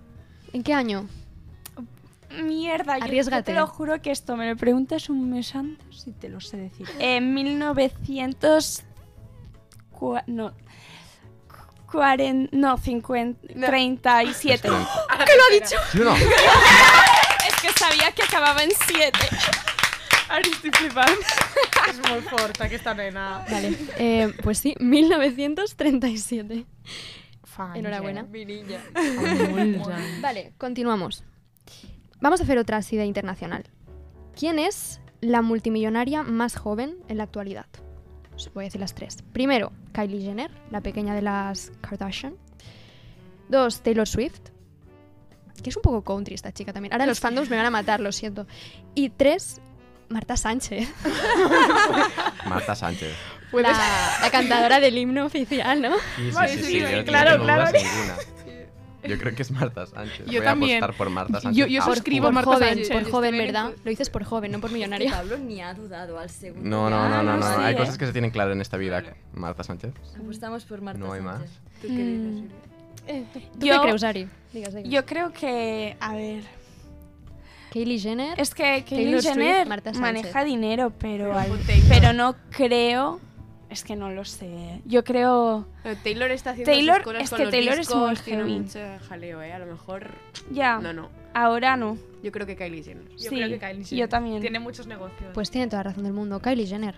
Speaker 7: ¿En qué año?
Speaker 4: Mierda, yo- yo,
Speaker 7: Arriésgate.
Speaker 4: te lo juro que esto me lo preguntas un mes antes y te lo sé decir. En 1900 cua- no 40 no 50 37.
Speaker 1: Es
Speaker 5: Ah,
Speaker 4: ¿Qué lo ha dicho?
Speaker 1: ¿Sí o no?
Speaker 4: Es que sabía que acababa en 7. Ahora estoy flipando.
Speaker 5: Es muy fuerte que esta nena.
Speaker 7: Vale. Eh, pues sí, 1937. Enhorabuena.
Speaker 11: Mi niña.
Speaker 7: Vale, continuamos. Vamos a hacer otra así de internacional. ¿Quién es la multimillonaria más joven en la actualidad? Os voy a decir las tres. Primero, Kylie Jenner, la pequeña de las Kardashian. Dos, Taylor Swift. Que es un poco country esta chica también. Ahora los fandoms me van a matar, lo siento. Y tres, Marta Sánchez.
Speaker 1: Marta Sánchez.
Speaker 7: La, la cantadora del himno oficial, ¿no?
Speaker 1: Sí, sí,
Speaker 5: Vale,
Speaker 1: sí,
Speaker 5: sí,
Speaker 1: sí,
Speaker 5: sí,
Speaker 1: yo no
Speaker 5: claro,
Speaker 1: tengo dudas
Speaker 5: claro.
Speaker 1: ninguna. Yo creo que es Marta Sánchez.
Speaker 5: Yo
Speaker 1: Voy
Speaker 5: también.
Speaker 1: a apostar por Marta
Speaker 5: Yo-
Speaker 1: Sánchez.
Speaker 5: yo
Speaker 1: Ah,
Speaker 5: suscribo
Speaker 1: por-
Speaker 5: Marta
Speaker 7: joven,
Speaker 5: Sánchez.
Speaker 7: por
Speaker 5: Yo
Speaker 7: joven,
Speaker 5: estoy
Speaker 7: ¿verdad? Lo dices por joven, no por millonaria.
Speaker 6: Pablo ni ha dudado al segundo.
Speaker 1: No, no, no, no, no.
Speaker 4: no
Speaker 1: Hay
Speaker 4: sé,
Speaker 1: cosas
Speaker 4: eh.
Speaker 1: que se tienen claras en esta vida. Marta Sánchez.
Speaker 6: Apostamos por Marta
Speaker 1: No hay más.
Speaker 6: Sánchez.
Speaker 11: ¿Tú qué dices, Irene?
Speaker 7: ¿Tú qué crees, Ari? Digas, digas.
Speaker 4: Yo creo que a ver,
Speaker 7: Kylie Jenner.
Speaker 4: es que Kylie
Speaker 7: Taylor Swift,
Speaker 4: Jenner
Speaker 7: Marta Sánchez.
Speaker 4: maneja dinero, pero
Speaker 11: Pero
Speaker 4: al-
Speaker 11: ponte Taylor.
Speaker 4: pero no creo, es que no lo sé. Yo creo
Speaker 11: Pero Taylor está haciendo
Speaker 4: Taylor-
Speaker 11: sus cosas
Speaker 4: es
Speaker 11: con
Speaker 4: que
Speaker 11: los
Speaker 4: Taylor es
Speaker 11: discos,
Speaker 4: muy
Speaker 11: tiene
Speaker 4: heavy.
Speaker 11: mucho jaleo, ¿eh? A lo mejor...
Speaker 4: ya
Speaker 11: No, no.
Speaker 4: ahora no.
Speaker 11: Yo creo que Kylie Jenner.
Speaker 10: Yo
Speaker 4: sí,
Speaker 10: creo que Kylie
Speaker 4: yo también.
Speaker 10: Tiene muchos negocios.
Speaker 7: Pues tiene toda la razón del mundo. Kylie Jenner.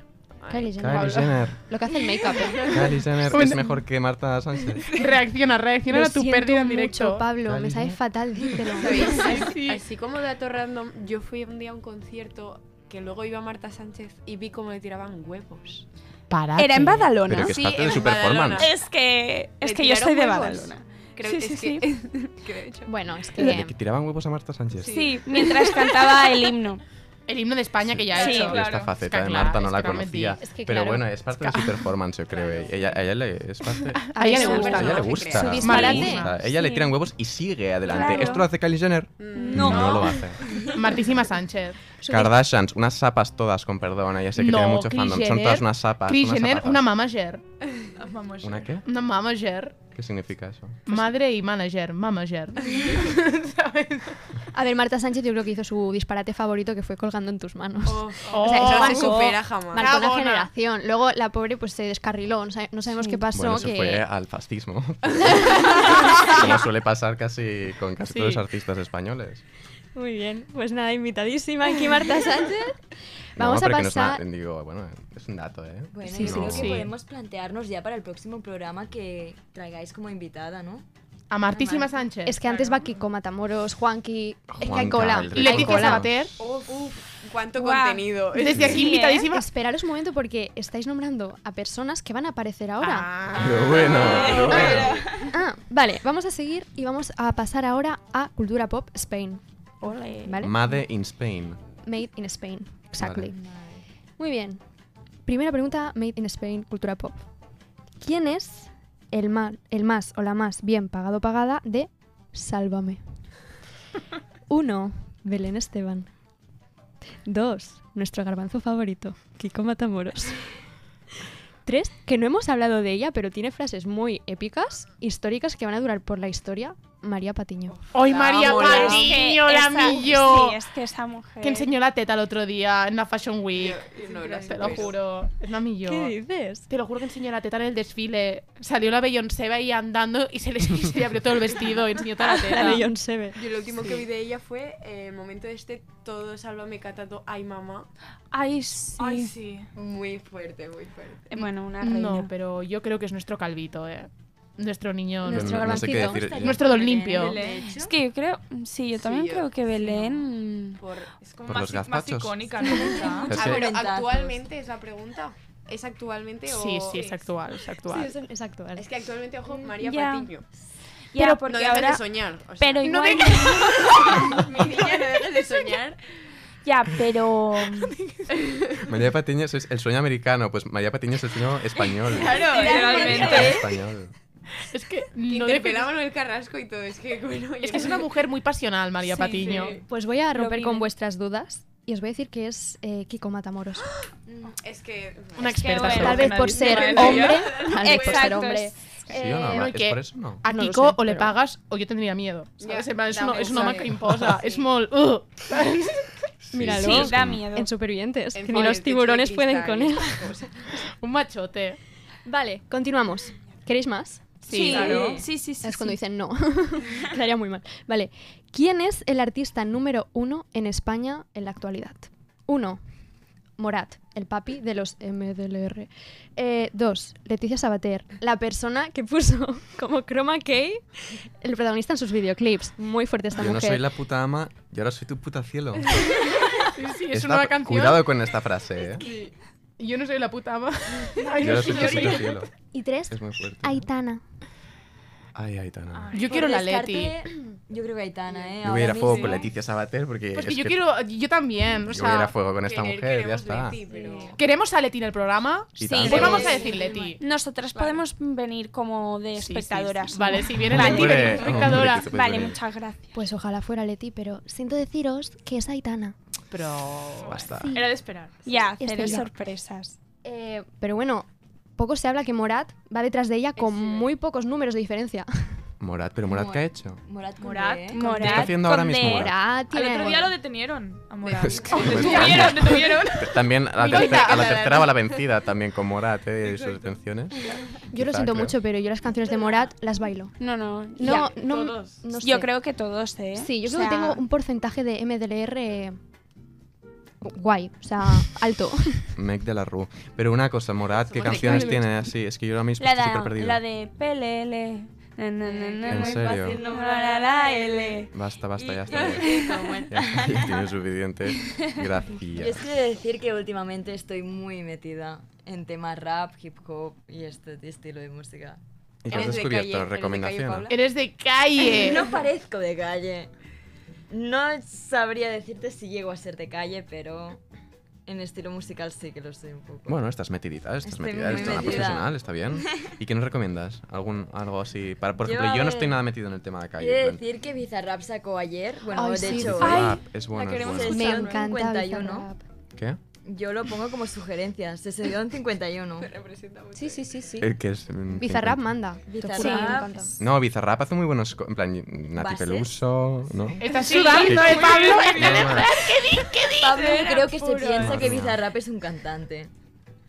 Speaker 7: Kylie Jenner.
Speaker 1: Kylie Jenner.
Speaker 7: Lo que hace el make-up. ¿eh?
Speaker 1: Kylie Jenner es mejor que Marta Sánchez.
Speaker 5: Reacciona, reacciona
Speaker 7: Lo
Speaker 5: a tu
Speaker 7: siento
Speaker 5: pérdida en
Speaker 7: mucho,
Speaker 5: directo.
Speaker 7: Pablo, me
Speaker 1: Kylie
Speaker 7: sabe
Speaker 1: Jenner.
Speaker 7: fatal dírtelo.
Speaker 11: ¿Sabéis? Así, así como dato random, yo fui un día a un concierto que luego iba Marta Sánchez y vi cómo le tiraban huevos.
Speaker 5: Para.
Speaker 4: Era en Badalona.
Speaker 1: Pero que es
Speaker 11: Sí,
Speaker 1: parte de
Speaker 11: en
Speaker 1: su performance.
Speaker 11: Badalona.
Speaker 4: Es que es
Speaker 11: Le
Speaker 4: que yo
Speaker 11: tiraron
Speaker 4: soy de
Speaker 11: huevos.
Speaker 4: Badalona.
Speaker 11: Creo
Speaker 4: Sí,
Speaker 11: es
Speaker 4: sí,
Speaker 11: que que de hecho-
Speaker 7: Bueno, es
Speaker 1: ¿De
Speaker 7: que
Speaker 1: que tiraban huevos a Marta Sánchez?
Speaker 4: Sí, mientras cantaba el himno.
Speaker 5: El himno de España que ya he
Speaker 4: Sí,
Speaker 1: Yo
Speaker 5: hecho.
Speaker 1: Esta
Speaker 10: claro.
Speaker 1: faceta
Speaker 5: Es que
Speaker 1: de
Speaker 5: claro,
Speaker 1: Marta no
Speaker 5: es
Speaker 1: la
Speaker 5: que no me
Speaker 1: conocía.
Speaker 5: digas.
Speaker 7: Es que
Speaker 1: Pero
Speaker 7: claro.
Speaker 1: bueno, es parte de su performance, yo creo. Ella, a ella le, es parte-
Speaker 7: a ella
Speaker 5: le
Speaker 1: a
Speaker 5: gusta.
Speaker 7: le gusta.
Speaker 1: ella le
Speaker 11: personaje
Speaker 1: gusta. a
Speaker 7: Su
Speaker 11: creado.
Speaker 1: ella le
Speaker 7: disparate.
Speaker 1: gusta. Ella le
Speaker 4: Sí.
Speaker 1: tiran huevos y sigue adelante.
Speaker 4: Claro.
Speaker 1: ¿Esto lo hace Kylie Jenner?
Speaker 11: Mm,
Speaker 1: No. lo hace.
Speaker 5: Martísima Sánchez.
Speaker 1: Kardashians, unas sapas todas, con perdón. Ella sé que
Speaker 5: No,
Speaker 1: tiene mucho
Speaker 5: Kris
Speaker 1: fandom. Son
Speaker 5: Jenner-
Speaker 1: todas unas sapas.
Speaker 5: Kris
Speaker 1: unas
Speaker 5: Jenner,
Speaker 1: zapazas.
Speaker 5: una mamager.
Speaker 10: Vamos.
Speaker 1: ¿Una qué?
Speaker 5: Una mamager.
Speaker 1: ¿Qué significa eso?
Speaker 5: Madre y manager. Mamager.
Speaker 7: A ver, Marta Sánchez yo creo que hizo su disparate favorito que fue colgando en tus manos.
Speaker 11: Oh,
Speaker 5: Oh,
Speaker 7: O sea, eso
Speaker 11: no se
Speaker 7: marcó-
Speaker 11: supera jamás.
Speaker 7: Marcó una
Speaker 5: Dragona.
Speaker 7: generación. Luego la pobre pues se descarriló. No, sabe- no sabemos qué pasó.
Speaker 1: bueno, se
Speaker 7: que...
Speaker 1: fue al fascismo. Como suele pasar casi con casi
Speaker 5: Sí.
Speaker 1: todos los artistas españoles.
Speaker 7: Muy bien. Pues nada, invitadísima aquí Marta Sánchez. Vamos
Speaker 1: no,
Speaker 7: a
Speaker 1: pero que no es una-
Speaker 7: pasar.
Speaker 1: digo, bueno, es un dato, ¿eh?
Speaker 6: Bueno,
Speaker 1: Sí,
Speaker 6: yo
Speaker 1: sí,
Speaker 6: creo
Speaker 1: sí.
Speaker 6: que podemos plantearnos ya para el próximo programa que traigáis como invitada, ¿no?
Speaker 5: A Martísima Sánchez.
Speaker 7: Es que antes va Kiko Matamoros, Juanqui. Es que hay
Speaker 1: Juanca,
Speaker 7: cola.
Speaker 1: el
Speaker 5: Y
Speaker 1: Ricardo
Speaker 7: hay
Speaker 5: Leticia
Speaker 7: cola.
Speaker 5: Sabater.
Speaker 11: Uf, cuánto
Speaker 4: Guau.
Speaker 11: contenido.
Speaker 5: Desde aquí
Speaker 4: Sí, ¿eh?
Speaker 5: invitadísima.
Speaker 7: Esperaros un momento porque estáis nombrando a personas que van a aparecer ahora.
Speaker 1: Pero bueno, pero bueno.
Speaker 7: Ah, vale, vamos a seguir y vamos a pasar ahora a Cultura Pop Spain,
Speaker 4: Ole.
Speaker 7: ¿vale?
Speaker 1: Made in Spain.
Speaker 7: Made in Spain, exactly. Muy bien. Primera pregunta, Made in Spain, cultura pop. ¿Quién es el más, el más o la más bien pagado pagada de Sálvame? 1. Belén Esteban. 2. Nuestro garbanzo favorito, Kiko Matamoros. 3. Que no hemos hablado de ella, pero tiene frases muy épicas, históricas, que van a durar por la historia, María Patiño.
Speaker 5: Hoy María
Speaker 4: amo, la amo.
Speaker 5: Patiño,
Speaker 4: Es
Speaker 5: la
Speaker 4: que esa-
Speaker 5: millo.
Speaker 4: sí, es que esa mujer.
Speaker 5: Que enseñó la teta el otro día en la Fashion Week. te lo
Speaker 11: ves.
Speaker 5: juro. Es la millo.
Speaker 11: ¿Qué
Speaker 7: dices?
Speaker 5: Te lo juro que enseñó la teta en el desfile. Salió la Beyoncé ahí andando y se le, y se le abrió todo el vestido y enseñó toda la teta.
Speaker 7: La Beyoncé. ve.
Speaker 11: Yo lo último
Speaker 7: Sí.
Speaker 11: que vi de ella fue eh, el momento este todo sálvame catato ay mamá.
Speaker 4: Ay, sí. Eh,
Speaker 11: Ay, sí. Muy fuerte, muy fuerte.
Speaker 4: Bueno, una reina.
Speaker 5: No, pero yo creo que es nuestro calvito, eh. Nuestro niño.
Speaker 1: Nuestro No- no sé qué garbancito. decir yo.
Speaker 5: Nuestro don limpio.
Speaker 4: Es que yo creo, sí, yo también
Speaker 11: yo-
Speaker 4: creo que Belén.
Speaker 11: es
Speaker 1: Por más los i- más gazpachos. icónica, ¿no?
Speaker 11: Ah,
Speaker 1: Es que-
Speaker 11: pero
Speaker 4: Momentazos.
Speaker 11: actualmente es la pregunta. ¿Es actualmente o.?
Speaker 5: Sí, sí, es actual, es actual.
Speaker 11: ¿eh? Sí,
Speaker 7: es actual.
Speaker 11: Es que actualmente, ojo, María
Speaker 4: Mm, Ya.
Speaker 11: Patiño.
Speaker 4: Ya,
Speaker 11: pero
Speaker 4: porque
Speaker 11: no dejes
Speaker 4: ahora-
Speaker 11: de soñar. o sea.
Speaker 4: Pero
Speaker 11: No
Speaker 4: igual-
Speaker 11: dejes- Mi niña, no dejes de soñar.
Speaker 4: Ya, pero.
Speaker 1: María Patiño es el sueño americano, pues María Patiño es el sueño español.
Speaker 11: Claro,
Speaker 1: Es
Speaker 11: realmente.
Speaker 1: español.
Speaker 5: Es que
Speaker 11: Que
Speaker 5: no
Speaker 11: interpelaban el carrasco y todo. Es que, bueno. yo
Speaker 5: Es que es
Speaker 11: no-
Speaker 5: una mujer muy pasional, María
Speaker 11: Sí,
Speaker 5: Patiño.
Speaker 11: sí.
Speaker 7: Pues voy a
Speaker 11: Lo
Speaker 7: romper
Speaker 11: vi.
Speaker 7: con vuestras dudas y os voy a decir que es eh, Kiko Matamoros.
Speaker 4: Mm,
Speaker 11: Es que.
Speaker 5: Una
Speaker 11: es que,
Speaker 5: experta
Speaker 11: bueno,
Speaker 7: Tal vez por
Speaker 4: ¿eh?
Speaker 7: ser hombre. Tal vez por ser
Speaker 11: Exacto.
Speaker 7: hombre.
Speaker 1: Sí o no,
Speaker 5: Eh,
Speaker 1: va-
Speaker 5: no,
Speaker 1: es
Speaker 5: que
Speaker 1: por eso no.
Speaker 5: A
Speaker 7: No lo
Speaker 5: Kiko
Speaker 7: sé,
Speaker 5: o le
Speaker 7: pero-
Speaker 5: pagas o yo tendría miedo. ¿sabes?
Speaker 11: Ya,
Speaker 5: En plan, es, uno-
Speaker 11: dame,
Speaker 5: es una
Speaker 11: sabe.
Speaker 5: maca imposa. Es mol. ¡Ugh! ¿sabes?
Speaker 7: Míralo.
Speaker 5: Sí,
Speaker 7: es
Speaker 5: da
Speaker 7: un-
Speaker 5: miedo.
Speaker 7: En supervivientes.
Speaker 5: En
Speaker 7: que ni los
Speaker 5: Follet,
Speaker 7: tiburones
Speaker 5: Cristal
Speaker 7: pueden con
Speaker 5: y
Speaker 7: él.
Speaker 5: esas cosas. Un machote.
Speaker 7: Vale, continuamos. ¿Queréis más?
Speaker 5: Sí, Sí, claro.
Speaker 4: sí, sí, sí,
Speaker 7: Es cuando
Speaker 4: sí.
Speaker 7: dicen no. Quedaría muy mal. Vale. ¿Quién es el artista número uno en España en la actualidad? Uno, Morat, el papi de los MDLR. Eh, dos, Leticia Sabater, la persona que puso como chroma key el protagonista en sus videoclips. Muy fuerte esta
Speaker 1: Yo no
Speaker 7: mujer.
Speaker 1: soy la puta ama y ahora soy tu puta cielo.
Speaker 5: Sí, sí, es
Speaker 1: Esta-
Speaker 5: una nueva canción.
Speaker 1: Cuidado con esta frase, eh.
Speaker 5: Sí. Yo no soy la puta ama.
Speaker 1: Yo ahora soy tu puta cielo.
Speaker 7: Y tres,
Speaker 1: Es muy fuerte.
Speaker 7: Aitana.
Speaker 1: Ay, Aitana.
Speaker 5: Yo quiero la Leti.
Speaker 6: Yo creo que Aitana, ¿eh?
Speaker 1: Yo voy a ir a
Speaker 6: Ahora
Speaker 1: fuego
Speaker 6: mismo.
Speaker 1: con Leticia Sabater porque.
Speaker 5: Pues que
Speaker 1: es
Speaker 5: yo
Speaker 1: que
Speaker 5: quiero. Yo también. O
Speaker 1: yo voy a ir
Speaker 5: sea,
Speaker 1: a fuego con esta mujer, ya está.
Speaker 5: ¿Queremos a Leti en el programa?
Speaker 1: Sí,
Speaker 5: Pues
Speaker 1: tanto.
Speaker 5: vamos a decir Leti.
Speaker 4: Nosotras podemos venir como de
Speaker 5: sí,
Speaker 4: espectadoras.
Speaker 5: sí. Vale, sí, viene la Hombre,
Speaker 1: Leti, venimos espectadoras. hombre, que se puede
Speaker 4: Vale,
Speaker 1: venir.
Speaker 4: muchas gracias.
Speaker 7: Pues ojalá fuera Leti, pero siento deciros que es Aitana.
Speaker 5: Pero.
Speaker 1: Basta.
Speaker 7: Sí.
Speaker 10: Era de esperar.
Speaker 4: Ya,
Speaker 7: Estoy
Speaker 4: cero
Speaker 7: yo.
Speaker 4: sorpresas.
Speaker 7: Eh, pero bueno, poco se habla que Morat va detrás de ella con muy pocos números de diferencia.
Speaker 1: Morat, pero Morat, ¿qué ha hecho?
Speaker 6: Morat, ¿eh?
Speaker 10: Morat.
Speaker 7: ¿Eh?
Speaker 1: ¿Qué está haciendo ahora mismo Morat?
Speaker 7: Morat
Speaker 10: Al
Speaker 7: tiene-
Speaker 10: otro día lo detenieron. A Morat.
Speaker 1: Es que no me
Speaker 10: detuvieron,
Speaker 1: extraña.
Speaker 10: detuvieron.
Speaker 1: También a la,
Speaker 10: Mira,
Speaker 1: tercera, a la
Speaker 10: la-
Speaker 1: tercera va la vencida también con Morat, eh, y sus detenciones.
Speaker 7: Yo lo
Speaker 1: Quizá,
Speaker 7: siento
Speaker 1: creo.
Speaker 7: mucho, pero yo las canciones de Morat las bailo.
Speaker 4: No, no.
Speaker 7: No,
Speaker 4: ya.
Speaker 7: no, no sé.
Speaker 4: Yo creo que todos, ¿eh?
Speaker 7: Sí, yo
Speaker 4: O
Speaker 7: creo que
Speaker 4: sea,
Speaker 7: tengo un porcentaje de MDLR eh, guay, o sea, alto.
Speaker 1: Mec de la Rue. Pero una cosa, Morat, ¿qué canciones tiene así? Es que yo ahora mismo
Speaker 4: La,
Speaker 1: estoy
Speaker 4: da-
Speaker 1: súper perdido.
Speaker 4: la de PLL. Na, na, na, na,
Speaker 1: ¿En
Speaker 4: muy
Speaker 1: serio?
Speaker 4: fácil nombrar a la L.
Speaker 1: Basta, basta, ya está.
Speaker 6: y-
Speaker 1: Ya, Ya está, ya tiene suficiente.
Speaker 6: Yo
Speaker 1: Gracias.
Speaker 6: es que he de decir que últimamente estoy muy metida en temas rap, hip hop y este estilo de música.
Speaker 1: ¿Y qué has
Speaker 6: ¿Eres de
Speaker 1: descubierto?
Speaker 6: calle? ¿Eres de calle,
Speaker 1: ¿Recomendación?
Speaker 6: Paula?
Speaker 5: Eres de calle.
Speaker 6: No parezco de calle. No sabría decirte si llego a ser de calle, pero en estilo musical sí que lo soy un poco.
Speaker 1: Bueno, estás metidita, estás
Speaker 6: Estoy
Speaker 1: metida,
Speaker 6: muy
Speaker 1: eres una
Speaker 6: metida.
Speaker 1: profesional, está bien. ¿Y qué nos recomiendas? ¿Algún, algo así? Para, por
Speaker 6: Yo,
Speaker 1: ejemplo,
Speaker 6: a
Speaker 1: yo no
Speaker 6: ver,
Speaker 1: estoy nada metido en el tema de
Speaker 6: He de
Speaker 1: calle. en plan,
Speaker 6: decir que Bizarrap sacó ayer, bueno,
Speaker 7: Ay,
Speaker 6: de
Speaker 7: sí.
Speaker 6: hecho,
Speaker 1: Ay,
Speaker 6: hoy,
Speaker 1: Bizarrap es bueno, es bueno.
Speaker 6: escuchar,
Speaker 7: Me
Speaker 6: ¿no?
Speaker 7: encanta
Speaker 6: 51.
Speaker 7: Bizarrap.
Speaker 1: ¿Qué?
Speaker 6: Yo lo pongo como sugerencia, se sedió en 51.
Speaker 7: Sí, sí, sí, sí.
Speaker 1: El que es... mm,
Speaker 7: Bizarrap
Speaker 1: 50.
Speaker 7: manda.
Speaker 6: Bizarrap.
Speaker 7: Sí, me encanta.
Speaker 1: No, Bizarrap hace muy buenos... co- En plan, Nati
Speaker 6: ¿Bases?
Speaker 1: Peluso, ¿no?
Speaker 5: Estás
Speaker 1: Sí.
Speaker 5: sudando,
Speaker 1: Sí.
Speaker 5: eh, Pablo. Está de
Speaker 1: No,
Speaker 5: verdad, ¿Qué di- qué dices?
Speaker 6: Pablo, yo creo que se
Speaker 5: Puro.
Speaker 6: piensa que
Speaker 1: Madre mía.
Speaker 6: Bizarrap es un cantante.